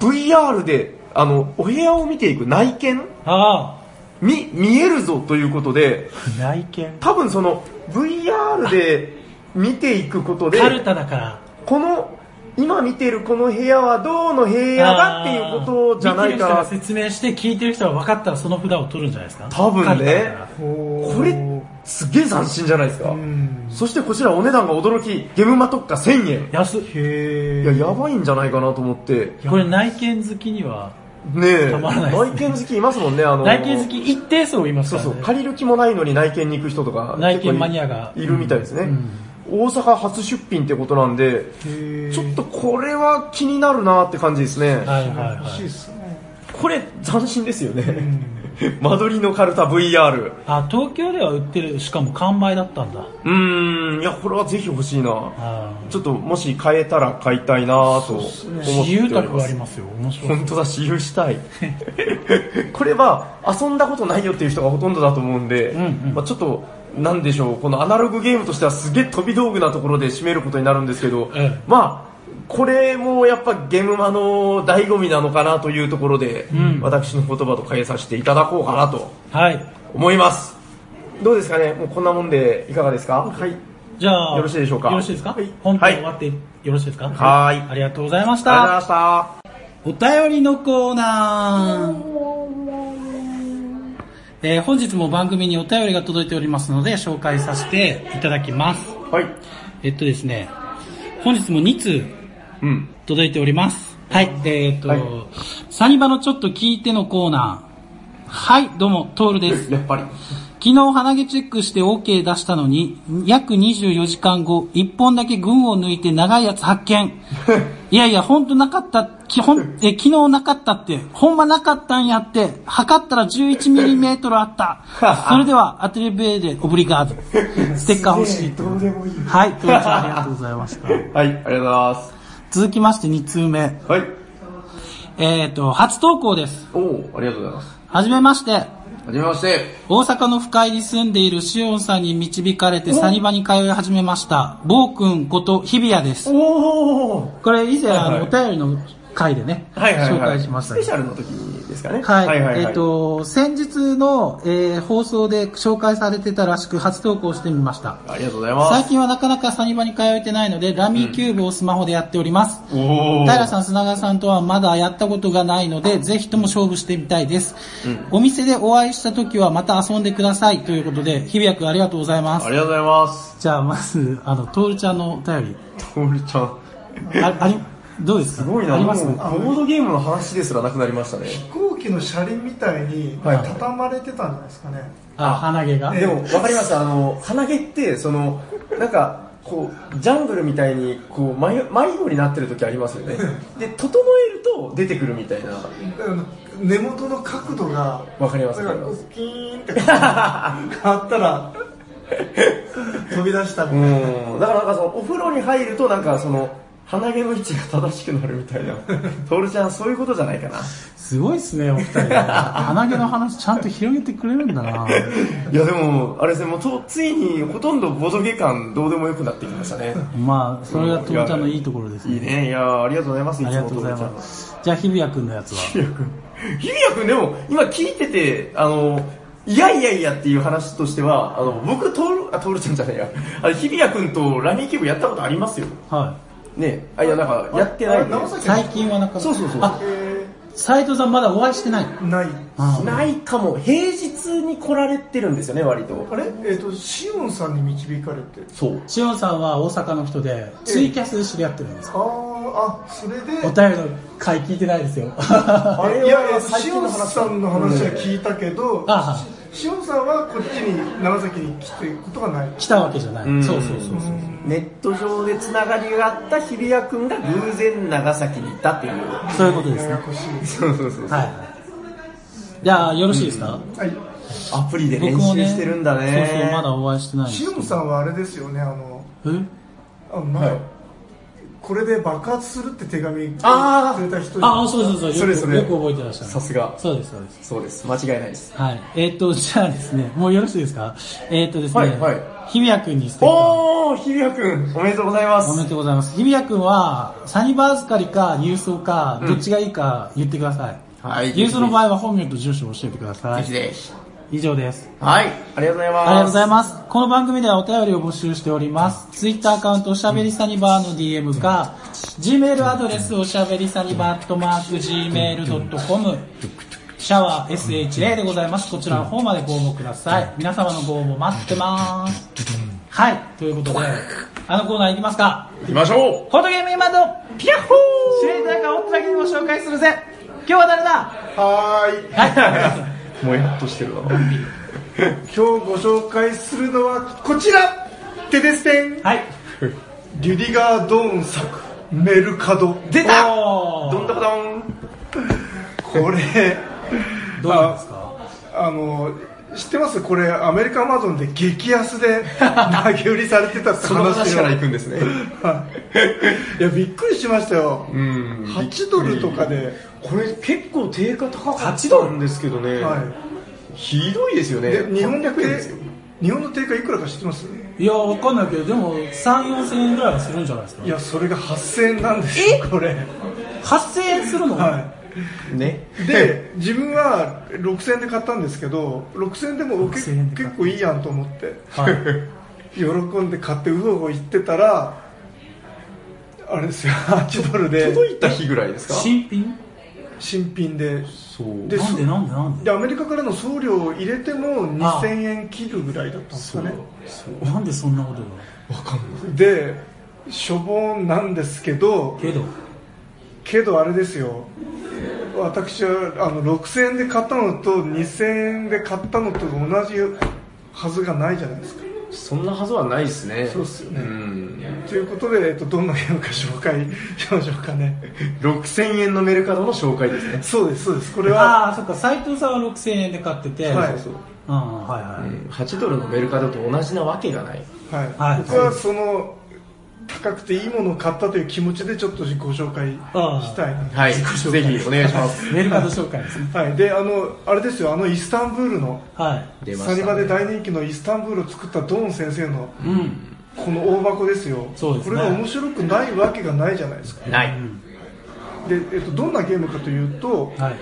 Speaker 1: う、
Speaker 3: VR で、あの、お部屋を見ていく内見
Speaker 1: あ
Speaker 3: 見、見えるぞということで、
Speaker 4: 内見。
Speaker 3: 多分その VR で見ていくことで、
Speaker 4: カルタだから。
Speaker 3: この、今見てるこの部屋はどうの部屋だっていうことじゃな
Speaker 4: あ
Speaker 3: い
Speaker 4: ー見
Speaker 3: か
Speaker 4: てる人が説明して聞いてる人が分かったらその札を取るんじゃないですか
Speaker 3: 多分ね
Speaker 4: カルタだから
Speaker 3: こ
Speaker 2: こ
Speaker 3: れ、すげえ斬新じゃないですか。
Speaker 2: うん
Speaker 3: そしてこちらお値段が驚き、ゲムマ特価1000円。
Speaker 4: 安っ
Speaker 2: へ
Speaker 3: い
Speaker 2: え
Speaker 3: や、やばいんじゃないかなと思って。
Speaker 4: これ内見好きには、
Speaker 3: ねえ、
Speaker 4: たまらないですね
Speaker 3: 内見好きいますもんね、あの。
Speaker 4: 内見好。き一定数います
Speaker 3: そ
Speaker 4: か
Speaker 3: う
Speaker 4: ら、
Speaker 3: そ
Speaker 4: ね。
Speaker 3: う、借りる気もないのに内見に行く人とか。
Speaker 4: 内見マニアが
Speaker 3: いるみたいですね。大阪初出品ってことなんで、
Speaker 2: へー
Speaker 3: ちょっとこれは気になるなって感じですね。
Speaker 4: はいはい
Speaker 2: 欲
Speaker 4: は
Speaker 2: しい
Speaker 4: い
Speaker 2: っ。すね
Speaker 3: これ斬新ですよね。 間取りのカルタ VR。
Speaker 4: あ、東京では売ってる、しかも完売だったんだ。
Speaker 3: うーん、いや、これはぜひ欲しいな。
Speaker 4: あ
Speaker 3: ちょっともし買えたら買いたいなと思っており
Speaker 4: ー
Speaker 3: ます。
Speaker 4: 私有宅がありますよ。面白い。
Speaker 3: 本当だ、私有したい。 これは遊んだことないよっていう人がほとんどだと思うんで、
Speaker 4: んうん
Speaker 3: まあ、ちょっと、なんでしょう、このアナログゲームとしてはすげえ飛び道具なところで締めることになるんですけど、
Speaker 4: ええ
Speaker 3: まあ、これもやっぱゲームマの醍醐味なのかなというところで、私の言葉と変えさせていただこうかなと
Speaker 4: はい。
Speaker 3: 思います。どうですかねもうこんなもんでいかがですかはい。
Speaker 4: じゃあ、
Speaker 3: よろしいでしょうか
Speaker 4: よろしいですか、
Speaker 3: はい
Speaker 4: 本編終わってよろしいですか
Speaker 3: はーい
Speaker 4: ありがとうございまし
Speaker 3: ありがとうござい
Speaker 4: た
Speaker 3: ま。した。
Speaker 1: お便りのコーナー。えー本日も番組にお便りが届いておりますので、紹介させていただきます。
Speaker 3: はい。
Speaker 1: えっとですね、本日も2通
Speaker 3: うん。
Speaker 1: 届いております。はい、えーっと、サニバのちょっと聞いてのコーナー。はい、どうも、トールです。
Speaker 3: やっぱり。
Speaker 1: 昨日鼻毛チェックして OK 出したのに、約24時間後、1本だけ群を抜いて長いやつ発見。いやいや、ほんとなかった、きほんえ昨日なかったって、ほんまなかったんやって、測ったら 11mm あった。それでは、アトリベーでオブリガード。ステッカー欲しい。
Speaker 2: どうでもいい
Speaker 1: はい、トールさんありがとうございました。
Speaker 3: はい、ありがとうございます。
Speaker 1: 続きまして2通目。
Speaker 3: はい。
Speaker 1: えっ、と、初投稿です。
Speaker 3: おお、ありがとうございます。
Speaker 1: はじめまして。
Speaker 3: はじめまして。
Speaker 1: 大阪の深井に住んでいるシオンさんに導かれてサニバに通い始めました。ボーくんこと日比谷です。
Speaker 3: おお。
Speaker 1: これ以前、
Speaker 3: はいはい
Speaker 1: あの、お便りの回でね、
Speaker 3: はいはい、は
Speaker 1: 紹
Speaker 3: い、
Speaker 1: 介しました
Speaker 3: スペ
Speaker 1: ね
Speaker 3: シ。ャルの時ですかね。
Speaker 1: はい。
Speaker 3: はい
Speaker 1: えっ、と、先日の、えー放送で紹介されてたらしく初投稿してみました。
Speaker 3: ありがとうございま
Speaker 1: 最
Speaker 3: す。
Speaker 1: 近はなかなかサニバに通えてないので、ラミーキューブをスマホでやっております。
Speaker 3: お
Speaker 1: 平さん、砂川さんとはまだやったことがないので、ぜひとも勝負してみたいです。お店でお会いした時はまた遊んでくださいということで、日比谷くんありがとうございま
Speaker 3: あ
Speaker 1: す。
Speaker 3: りがとうございます。
Speaker 1: じゃあ、まず、あの、トールちゃんのお便
Speaker 3: トールちゃん。
Speaker 1: り。あ、あり、どうですか
Speaker 3: すごいな、
Speaker 1: あり
Speaker 3: もう
Speaker 1: ま
Speaker 3: ボ
Speaker 1: す
Speaker 3: ードゲームの話ですらなくなりましたね。
Speaker 2: 飛行機の車輪みたいに畳まれてたんじゃないですかね
Speaker 1: あ、鼻毛が。
Speaker 2: え
Speaker 3: でも、わかります。あの、鼻毛って、その、なんか、こう、ジャングルみたいに、こう、迷迷子になってる時あります よね。で、整えると出てくるみたいな。
Speaker 2: だから根元の角度が
Speaker 3: わかります
Speaker 2: だからこう
Speaker 3: わかります
Speaker 2: キーンって変わった ら飛び出したみたいな
Speaker 3: うん。だからなんかその、お風呂に入ると、なんかその、鼻毛の位置が正しくなるみた いな。トールちゃん、そういうことじゃないかな。
Speaker 4: すごいっすね、お二 人。鼻毛の話ちゃんと広げてくれるんだな。
Speaker 3: いやでも、あれですね、もうとついにほとんどボドゲ感どうでもよくなってきましたね。
Speaker 4: まあ、それがトーちゃんのいいところです
Speaker 3: いい
Speaker 4: ね。
Speaker 3: ね、いやーありがとうございます、いつ
Speaker 4: あり
Speaker 3: も
Speaker 4: がとうござい
Speaker 3: と
Speaker 4: ます。じゃあ、日比谷くんのやつは。
Speaker 3: 日比谷君。日比谷君でも、今聞いてて、あの、いやいやいやっていう話としては、あの、僕、トール、あ、トールちゃんじゃないや、あの日比谷君とラニーキューブやったことありますよ。
Speaker 4: は
Speaker 3: ね、あ、いや、なんか、やってないんで
Speaker 2: あれ直崎
Speaker 1: 最近はなんか、
Speaker 3: そうそうそう。
Speaker 1: あ、
Speaker 2: え
Speaker 1: 斎藤さんまだお会いしてない。
Speaker 2: ーない
Speaker 1: あ
Speaker 3: ないかも、平日に来られてるんですよね、割と。
Speaker 2: あれえっ、とシオンさんに導かれて
Speaker 3: そう。
Speaker 4: い。しおんさんは大阪の人で、ツイキャスで知り合ってるんです
Speaker 2: あ。ーあそれで
Speaker 4: お便りの回聞いてないですよ。
Speaker 2: あ
Speaker 3: れ
Speaker 2: いやい
Speaker 3: は
Speaker 2: や
Speaker 3: 最
Speaker 2: シ
Speaker 3: 近
Speaker 2: オ
Speaker 3: の
Speaker 2: ン
Speaker 3: 話
Speaker 2: さんの話は聞いたけど、
Speaker 4: あは
Speaker 2: しシオンさんはこっちに長崎に来てることがない
Speaker 4: 来たわけじゃない。
Speaker 3: ん
Speaker 4: そうそうそうそう。
Speaker 3: ネット上でつながりがあった日比谷君が偶然長崎にいたっていう。
Speaker 4: そういうことです
Speaker 2: やや
Speaker 4: ね。
Speaker 2: こし
Speaker 3: そうそうそう。
Speaker 4: はい。じゃあ、よろしいですか、
Speaker 2: い、はい、
Speaker 3: アプリで練習してるんだね。
Speaker 4: そうそう、まだお会いしてないんです
Speaker 2: シ
Speaker 4: け
Speaker 2: オ
Speaker 4: ど
Speaker 2: ンさんはあれですよねあの
Speaker 4: え
Speaker 2: あのなんか、これで爆発するって手紙
Speaker 3: あー
Speaker 2: くれた人に
Speaker 4: あ、そうそうそう。よく
Speaker 3: それそれ
Speaker 4: よく覚えてらっしゃる。
Speaker 3: さすが
Speaker 4: そうです、そうです。
Speaker 3: そうです。間違いないです。
Speaker 4: はい。えっ、と、じゃあですね、もうよろしいですかえっ、とですね、
Speaker 3: はいはい
Speaker 4: 日比谷くんにステッカーを
Speaker 3: おー、日比谷君、おめでとうございま
Speaker 4: おめ
Speaker 3: す。
Speaker 4: でとうございます。日比谷くんは、サニバー預かりか、郵送か、どっちがいいか言ってください。
Speaker 3: はい
Speaker 4: 郵送の場合は本名と住所を教えてください。
Speaker 3: ぜひぜひ。
Speaker 1: 以上です。
Speaker 3: はい、ありがとうございます。
Speaker 1: ありがとうございます。この番組ではお便りを募集しております。Twitter アカウントおしゃべりサニバーの DM か、Gmail アドレスおしゃべりサニバーとマーク Gmail.com、シャワー SHA でございます。こちらの方までご応募ください。皆様のご応募待ってます。はい、ということで、あのコーナーいきますか。
Speaker 3: 行きましょ
Speaker 1: フォトゲーム今のピヤッホー知りたいかおっただけにご紹介するぜ今日は誰だ
Speaker 2: はーい
Speaker 1: はい。
Speaker 3: うもやっとしてるわ。
Speaker 2: 今日ご紹介するのはこちらテデステン
Speaker 1: はい。
Speaker 2: リュディガー・ドーン作メルカド
Speaker 1: 出たど
Speaker 3: どんどこどん。
Speaker 2: これ
Speaker 1: どうなんですか
Speaker 2: ああの知ってますこれアメリカアマゾンで激安 で投げ売りされてたって
Speaker 3: その
Speaker 2: 話
Speaker 3: 話
Speaker 2: を
Speaker 3: から行くんですね。
Speaker 2: はいいやびっくりしましたよ、
Speaker 3: ん
Speaker 2: 8ドルとかで、
Speaker 3: これ結構定価高か
Speaker 1: 8
Speaker 3: っ
Speaker 1: ド
Speaker 3: た
Speaker 1: ル
Speaker 3: んですけどね。
Speaker 2: は
Speaker 3: ひどいですよ
Speaker 2: い、
Speaker 3: ね。
Speaker 2: で日本
Speaker 3: 800
Speaker 2: の
Speaker 3: 円ですよ。
Speaker 2: 日本の定価いくらか知ってます
Speaker 1: いや、わかんないけど、でも、3、4000円ぐらいはするんじゃないですか
Speaker 2: いやそれが8000円なんですよこれ
Speaker 1: ?8000 円するの、
Speaker 2: は
Speaker 3: ね。
Speaker 2: いで自分は6000円で買ったんですけど6000円でも結
Speaker 1: 6000円で買った
Speaker 2: 結構いいやんと思って
Speaker 1: はい。
Speaker 2: 喜んで買ってうほうほ言ってたらあれですよ8ドルで
Speaker 3: 届いた日ぐらいですか
Speaker 1: 新品
Speaker 2: 新品で
Speaker 3: そう。
Speaker 2: で
Speaker 1: なんでなんでなん
Speaker 2: で
Speaker 1: で
Speaker 2: アメリカからの送料を入れても
Speaker 1: ああ
Speaker 2: 2000円切るぐらいだったんですかね
Speaker 1: なんでそんなことが
Speaker 3: わかんない。
Speaker 2: でしょぼんなんですけど
Speaker 1: けど、
Speaker 2: けどあれですよ私はあの6000円で買ったのと2000円で買ったのと同じはずがないじゃないですか
Speaker 3: そんなはずはないですね。
Speaker 2: そうっすよね
Speaker 3: ん。
Speaker 2: ということで、えっと、どんなゲームか紹 介しましょうかね
Speaker 3: 6000円のメルカドの紹介ですね。
Speaker 2: そうですそうですこれは
Speaker 1: ああ、そっか、斎藤さんは6000円で買ってて、
Speaker 2: はい
Speaker 1: うん、はいは
Speaker 3: う
Speaker 1: い。
Speaker 3: ん8ドルのメルカドと同じなわけがない。
Speaker 2: はい、
Speaker 1: はい
Speaker 2: 僕はその高くていいものを買ったという気持ちでちょっとご紹介したいな
Speaker 3: はい。ぜひお願いします。
Speaker 1: メルカド紹介ですね。
Speaker 2: はい、であのあれですよあのイスタンブールの
Speaker 1: はい。
Speaker 3: 出ました
Speaker 2: サ
Speaker 3: ね
Speaker 2: ニバで大人気のイスタンブールを作ったドーン先生の
Speaker 1: うん。
Speaker 2: この大箱ですよ
Speaker 1: そうですね
Speaker 2: これが面白くないわけがないじゃないですか
Speaker 3: ない。
Speaker 2: で、えっと、どんなゲームかというと,、
Speaker 1: はい。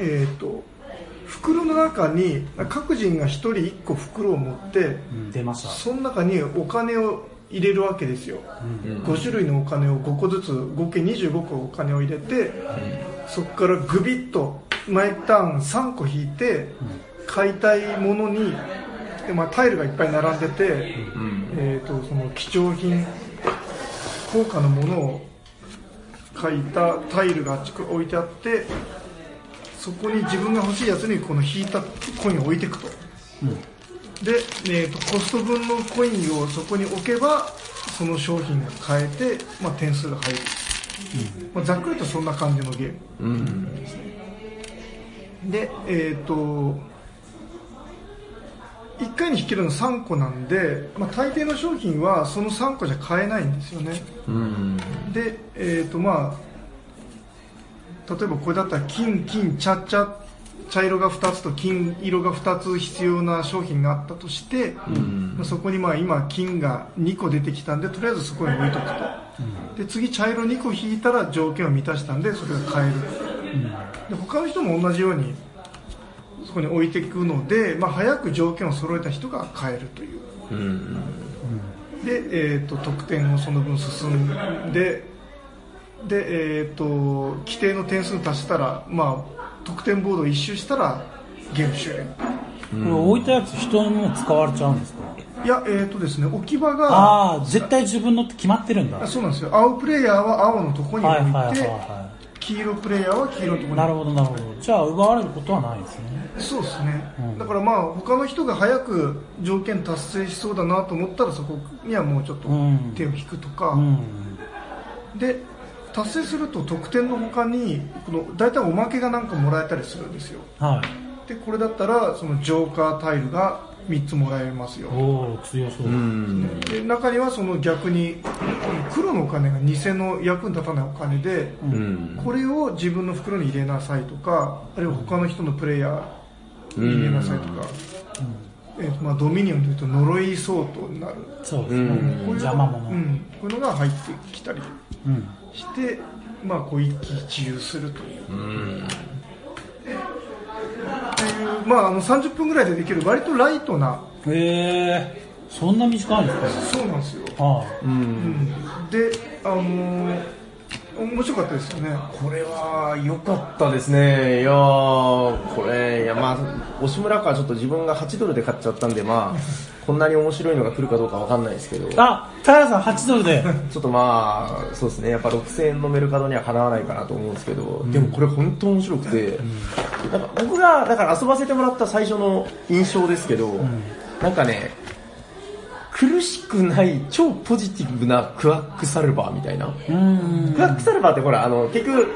Speaker 2: えっと袋の中に各人が1人1個袋を持って
Speaker 1: うん、出まし
Speaker 2: その中にお金を入れるわけですよ
Speaker 3: うん
Speaker 2: 5種類のお金を5個ずつ合計25個お金を入れてそこからグビッと毎ターン3個引いて買いたいものにで、まあ、タイルがいっぱい並んでて、
Speaker 3: うん
Speaker 2: えー、とその貴重品高価なものを書いたタイルがあっちこ置いてあってそこに自分が欲しいやつにこの引いたコインを置いていくと、で、えー、とコスト分のコインをそこに置けばその商品が買えて、まあ、点数が入る、まあ、ざっくりとそんな感じのゲーム
Speaker 3: うん。
Speaker 2: でえっ、と1回に引けるの3個なんで、まあ、大抵の商品はその3個じゃ買えないんですよね
Speaker 3: うん。
Speaker 2: でえっ、とまあ例えばこれだったら金金茶茶茶色が2つと金色が2つ必要な商品があったとして、まあそこにまあ今金が2個出てきたんでとりあえずそこに置いとくと、で次茶色2個引いたら条件を満たしたんでそれが買える、で他の人も同じようにそこに置いていくので、まあ、早く条件を揃えた人が買えるという
Speaker 3: うん。
Speaker 2: で、えー、と得点をその分進んでで、えー、と規定の点数足したら、まあ、得点ボードを一周したらゲーム終了
Speaker 1: た。これ置いたやつ人にも使われちゃうんですか
Speaker 2: いやえっ、とですね置き場が
Speaker 1: ああ、絶対自分のって決まってるんだ。
Speaker 2: あ
Speaker 1: はい
Speaker 2: そうなんですよ青プレイヤーは青のとこに置
Speaker 1: はいい
Speaker 2: て、
Speaker 1: はいは
Speaker 2: 黄色プレイヤーは黄色のとこ
Speaker 1: い。
Speaker 2: に
Speaker 1: なるほどなるほど。じゃあ、奪われることはないですね。
Speaker 2: そうですね、
Speaker 1: うん
Speaker 2: だからまあ他の人が早く条件達成しそうだなと思ったらそこにはもうちょっと
Speaker 1: うん
Speaker 2: 手を引くとか、
Speaker 1: うん。
Speaker 2: で達成すると得点の他にこの大体おまけがなんかもらえたりするんですよ
Speaker 1: はい。
Speaker 2: でこれだったらそのジョーカータイルが3つもらえますよ
Speaker 1: おお強そう、
Speaker 3: うん。
Speaker 2: で中にはその逆に黒のお金が偽の役に立たないお金で
Speaker 3: うん。
Speaker 2: これを自分の袋に入れなさいとかあるいは他の人のプレイヤーに入れなさいとか、えーとまあ、ドミニオンというと呪い相当になる
Speaker 1: そうですね、
Speaker 3: うん
Speaker 2: こういうの
Speaker 1: 邪魔者、
Speaker 2: う
Speaker 1: うん
Speaker 2: ん、こういうのが入ってきたりして、まあ、こう一喜一憂するという
Speaker 3: う
Speaker 2: っ
Speaker 3: ん。
Speaker 2: ていう、まあ、あの30分ぐらいでできる割とライトな
Speaker 4: へえそんな短いんです
Speaker 2: そうなんですよ、
Speaker 4: かは
Speaker 2: であのー面白かったですよね
Speaker 3: これは良かったですね。いやー、これ、いやまあ、押村かはちょっと自分が8ドルで買っちゃったんで、まあ、こんなに面白いのが来るかどうかわかんないですけど、ちょ
Speaker 4: ああタヤさん8ドルで
Speaker 3: っとまあ、そうですね、やっぱ6000円のメルカドにはかなわないかなと思うんですけど、でもこれ本当面白くて、なんか僕が、だから遊ばせてもらった最初の印象ですけど、なんかね、苦しくない超ポジティブなクワックサルバーみたいな。
Speaker 4: うん
Speaker 3: クワックサルバーってほら、あの、結局、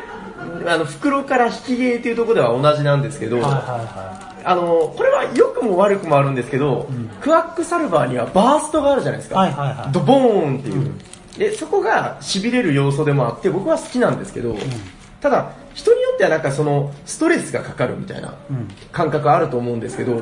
Speaker 3: あの、袋から引き芸というところでは同じなんですけど、
Speaker 4: はいは
Speaker 3: あの、これは良くも悪くもあるんですけど、クワックサルバーにはバーストがあるじゃないです
Speaker 4: い
Speaker 3: か。
Speaker 4: はいはいはいはい
Speaker 3: ドボーンっていう。で、そこが痺れる要素でもあって、僕は好きなんですけど、ただ、人によってはなんかその、ストレスがかかるみたいな感覚あると思うんですけど、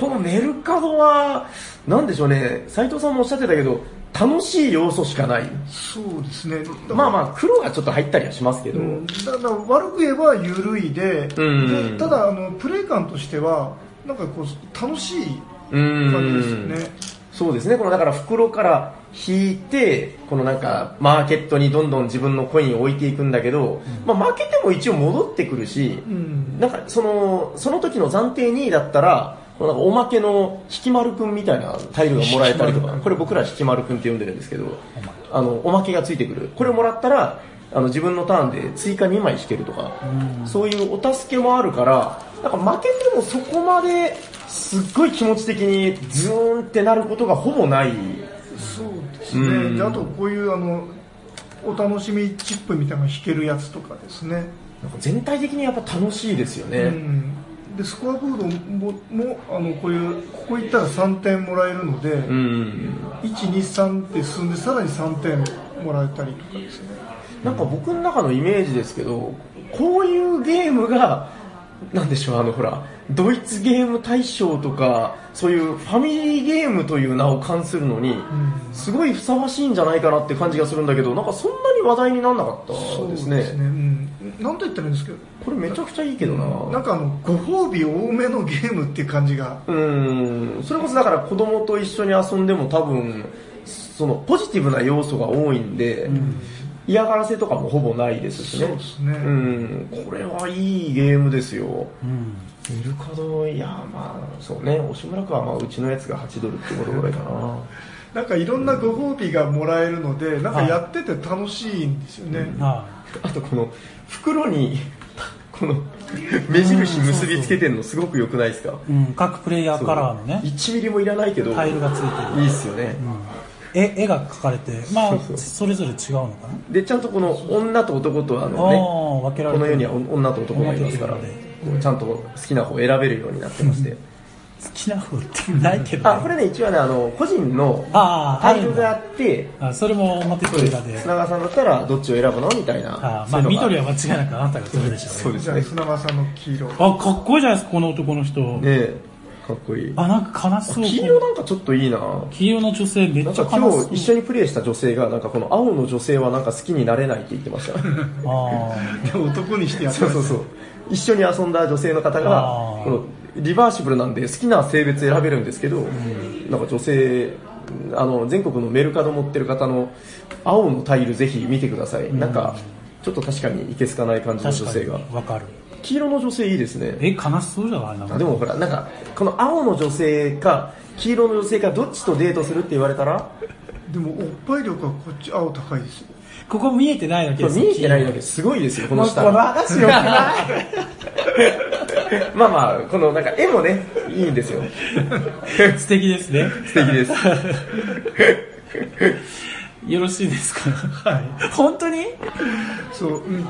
Speaker 3: このメルカドは、なんでしょうね、斉藤さんもおっしゃってたけど、楽しい要素しかない。
Speaker 2: そうですね
Speaker 3: まあまあ、黒がちょっと入ったりはしますけど、
Speaker 2: うんだから悪く言えば緩いで,、
Speaker 3: うん
Speaker 2: でただあのプレイ感としてはなんかこう楽しい感じですよね
Speaker 3: そうですね、このだから袋から引いて、このなんかマーケットにどんどん自分のコインを置いていくんだけど、まあ負けても一応戻ってくるし、
Speaker 2: うん
Speaker 3: なんかその、その時の暫定2位だったら、このなんかおまけのひきまるくんみたいなタイルがもらえたりとか、これ僕らひきまるくんって呼んでるんですけど、あの、おまけがついてくる。これもらったら、あの自分のターンで追加2枚引けるとか、そういうお助けもあるから、なんか負けてもそこまですっごい気持ち的にズーンってなることがほぼない。
Speaker 2: そうです
Speaker 3: う
Speaker 2: ね
Speaker 3: ん
Speaker 2: であとこういうあのお楽しみチップみたいなのが弾けるやつとかですね、
Speaker 3: なんか全体的にやっぱ楽しいですよね。
Speaker 2: うん、でスコアボードももあのこういうここ行ったら3点もらえるので、
Speaker 3: うん
Speaker 2: 123って進んでさらに3点もらえたりとかですね
Speaker 3: なんか僕の中のイメージですけど、こういうゲームが、なんでしょう、あのほら、ドイツゲーム大賞とか、そういうファミリーゲームという名を冠するのに、すごいふさわしいんじゃないかなって感じがするんだけど、なんかそんなに話題にならなかったですね。
Speaker 2: うん、なんと言ったらいいんですけど
Speaker 3: これめちゃくちゃいいけどな。
Speaker 2: なんかあのご褒美多めのゲームっていう感じが
Speaker 3: うーんそれこそだから子供と一緒に遊んでも多分そのポジティブな要素が多いんで、嫌がらせとかもほぼないですしね
Speaker 2: そうですね
Speaker 3: うんこれはいいゲームですよ
Speaker 4: うん
Speaker 3: メルカドいやまあそうね押村区はまあうちのやつが8ドルってことぐらいかな
Speaker 2: なんかいろんなご褒美がもらえるのでなんかやってて楽しいんですよね、
Speaker 4: は
Speaker 3: あとこの袋に この目印結びつけてんのすごく良くないですか
Speaker 4: いうん各プレイヤーカラーのね
Speaker 3: 1ミリもいらないけど
Speaker 4: タイルがつ
Speaker 3: い
Speaker 4: い
Speaker 3: いっすよね、
Speaker 4: てる絵絵が描かれてま
Speaker 3: そうそ
Speaker 4: あ
Speaker 3: う
Speaker 4: それぞれ違うのかな
Speaker 3: でちゃんとこの女と男とあ
Speaker 4: あ
Speaker 3: のね
Speaker 4: あ分けられ
Speaker 3: こ
Speaker 4: て
Speaker 3: の
Speaker 4: る
Speaker 3: 世には女と男がいますから、こ
Speaker 4: 女と
Speaker 3: うちゃんと好きな方を選べるようになってまして。
Speaker 4: 好きな方ってないけど
Speaker 3: あ、これね、一応ね、あの、個人の
Speaker 4: あー
Speaker 3: タイトルがあって、
Speaker 4: あそれも表
Speaker 3: そうで。
Speaker 4: 裏です
Speaker 3: 砂川さんだったらどっちを選ぶのみたいな。
Speaker 4: あ
Speaker 3: そ
Speaker 4: ま
Speaker 3: う
Speaker 4: あ
Speaker 3: いうのが
Speaker 4: 緑は間違いなくあなたがそれでしょうね
Speaker 3: そうです
Speaker 2: じゃあ
Speaker 3: ね。
Speaker 2: 砂川さんの黄色
Speaker 4: あ、かっこいいじゃないですか、この男の人。
Speaker 3: ねえかっこいい。
Speaker 4: あ、なんか悲しそう。
Speaker 3: 黄色なんかちょっといいな
Speaker 4: 黄色の女性め
Speaker 3: な
Speaker 4: っ
Speaker 3: ん
Speaker 4: ちゃ
Speaker 3: か
Speaker 4: 悲し
Speaker 3: 今
Speaker 4: そう。
Speaker 3: 日一緒にプレイした女性が、なんかこの青の女性はなんか好きになれないって言ってま した。
Speaker 4: あ
Speaker 2: で 男にしてやって
Speaker 3: そうそうそう。一緒に遊んだ女性の方が
Speaker 4: あー、
Speaker 3: このリバーシブルなんで好きな性別選べるんですけど、なんか女性、あの、全国のメルカド持ってる方の青のタイルぜひ見てください。なんか、ちょっと確かにいけすかない感じ
Speaker 4: ー
Speaker 3: の
Speaker 4: 確
Speaker 3: 女性
Speaker 4: か
Speaker 3: が。
Speaker 4: に。わかる。
Speaker 3: 黄色の女性いいですね。
Speaker 4: え、悲しそうじゃないな
Speaker 3: あでもほら、なんか、この青の女性か、黄色の女性かどっちとデートするって言われたら、
Speaker 2: でもおっぱい力はこっち青高いですよ
Speaker 4: ここ見えてないだけです。
Speaker 3: 見えてないだけすごいですよ、こ
Speaker 4: も
Speaker 3: の
Speaker 4: う
Speaker 3: 下。
Speaker 4: この話よくない。
Speaker 3: まあまあ、このなんか絵もね、いいんですよ。
Speaker 4: 素敵ですね。
Speaker 3: 素敵です。
Speaker 4: よろしい ですかはい。本当に
Speaker 2: そう、うん、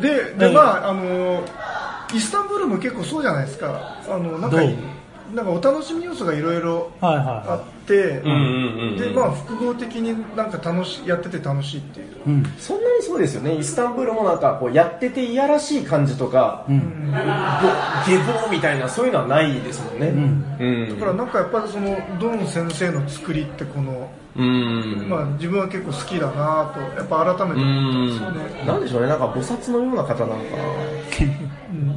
Speaker 2: でで、
Speaker 4: うん
Speaker 2: まああのイスタンブールも結構そうじゃないですかあのなんか
Speaker 4: どう
Speaker 2: なんかお楽しみ要素がいろいろ
Speaker 4: はいはい
Speaker 2: あ
Speaker 4: は
Speaker 2: って、
Speaker 3: んうんうん
Speaker 2: でまあ複合的になんか楽しやってて楽しいっていう
Speaker 4: い。うん。
Speaker 3: そんなにそうですよね、イスタンブールもなんかこうやってていやらしい感じとか、
Speaker 4: うん。
Speaker 3: 下坊みたいな、そういうのはないですもんね。うん
Speaker 2: だからなんかやっぱりそのドン先生の作りってこの、
Speaker 3: うん
Speaker 2: まあ、自分は結構好きだなとやっぱ改めて思ったんですよね、
Speaker 3: なんでしょうね、なんか菩薩のような方なのかな。
Speaker 2: うん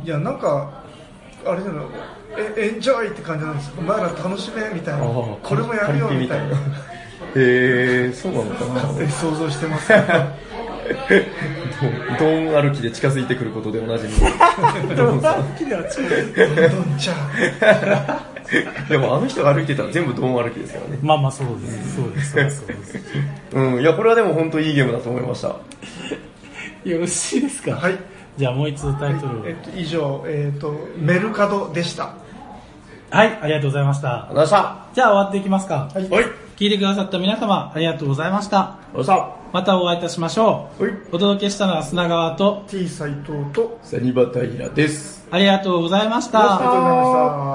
Speaker 2: いやなんかあれじゃないえエンジョイって感じなんですよお前ら楽しめみたいな
Speaker 3: ああ
Speaker 2: これもやるよみたいな
Speaker 3: へえそうなのかな
Speaker 2: え想像してますは
Speaker 3: ドン歩きで近づいてくることでおなじみ
Speaker 2: いどんちゃん
Speaker 3: でもあの人が歩いてたら全部ドン歩きですからね
Speaker 1: まあまあそうです。そうです。そうですそうです。
Speaker 3: うんいやこれはでも本当いいゲームだと思いました
Speaker 1: よろしいですか
Speaker 2: はい。
Speaker 1: じゃあもう一度タイトルを
Speaker 2: え。っと、以上、えっと、メルカドでした
Speaker 1: はい、ありがとうございました。
Speaker 3: 話した
Speaker 1: じゃあ終わっていきますか。
Speaker 2: はい
Speaker 3: おい
Speaker 1: 聞いてくださった皆様、ありがとうございました。
Speaker 3: おさ
Speaker 1: またお会いいたしましょ。
Speaker 3: おいう
Speaker 1: お届けしたのは砂川と、
Speaker 2: T 斎藤と
Speaker 3: サニバタイラです
Speaker 1: ありがとうございました。
Speaker 2: ありがとうございました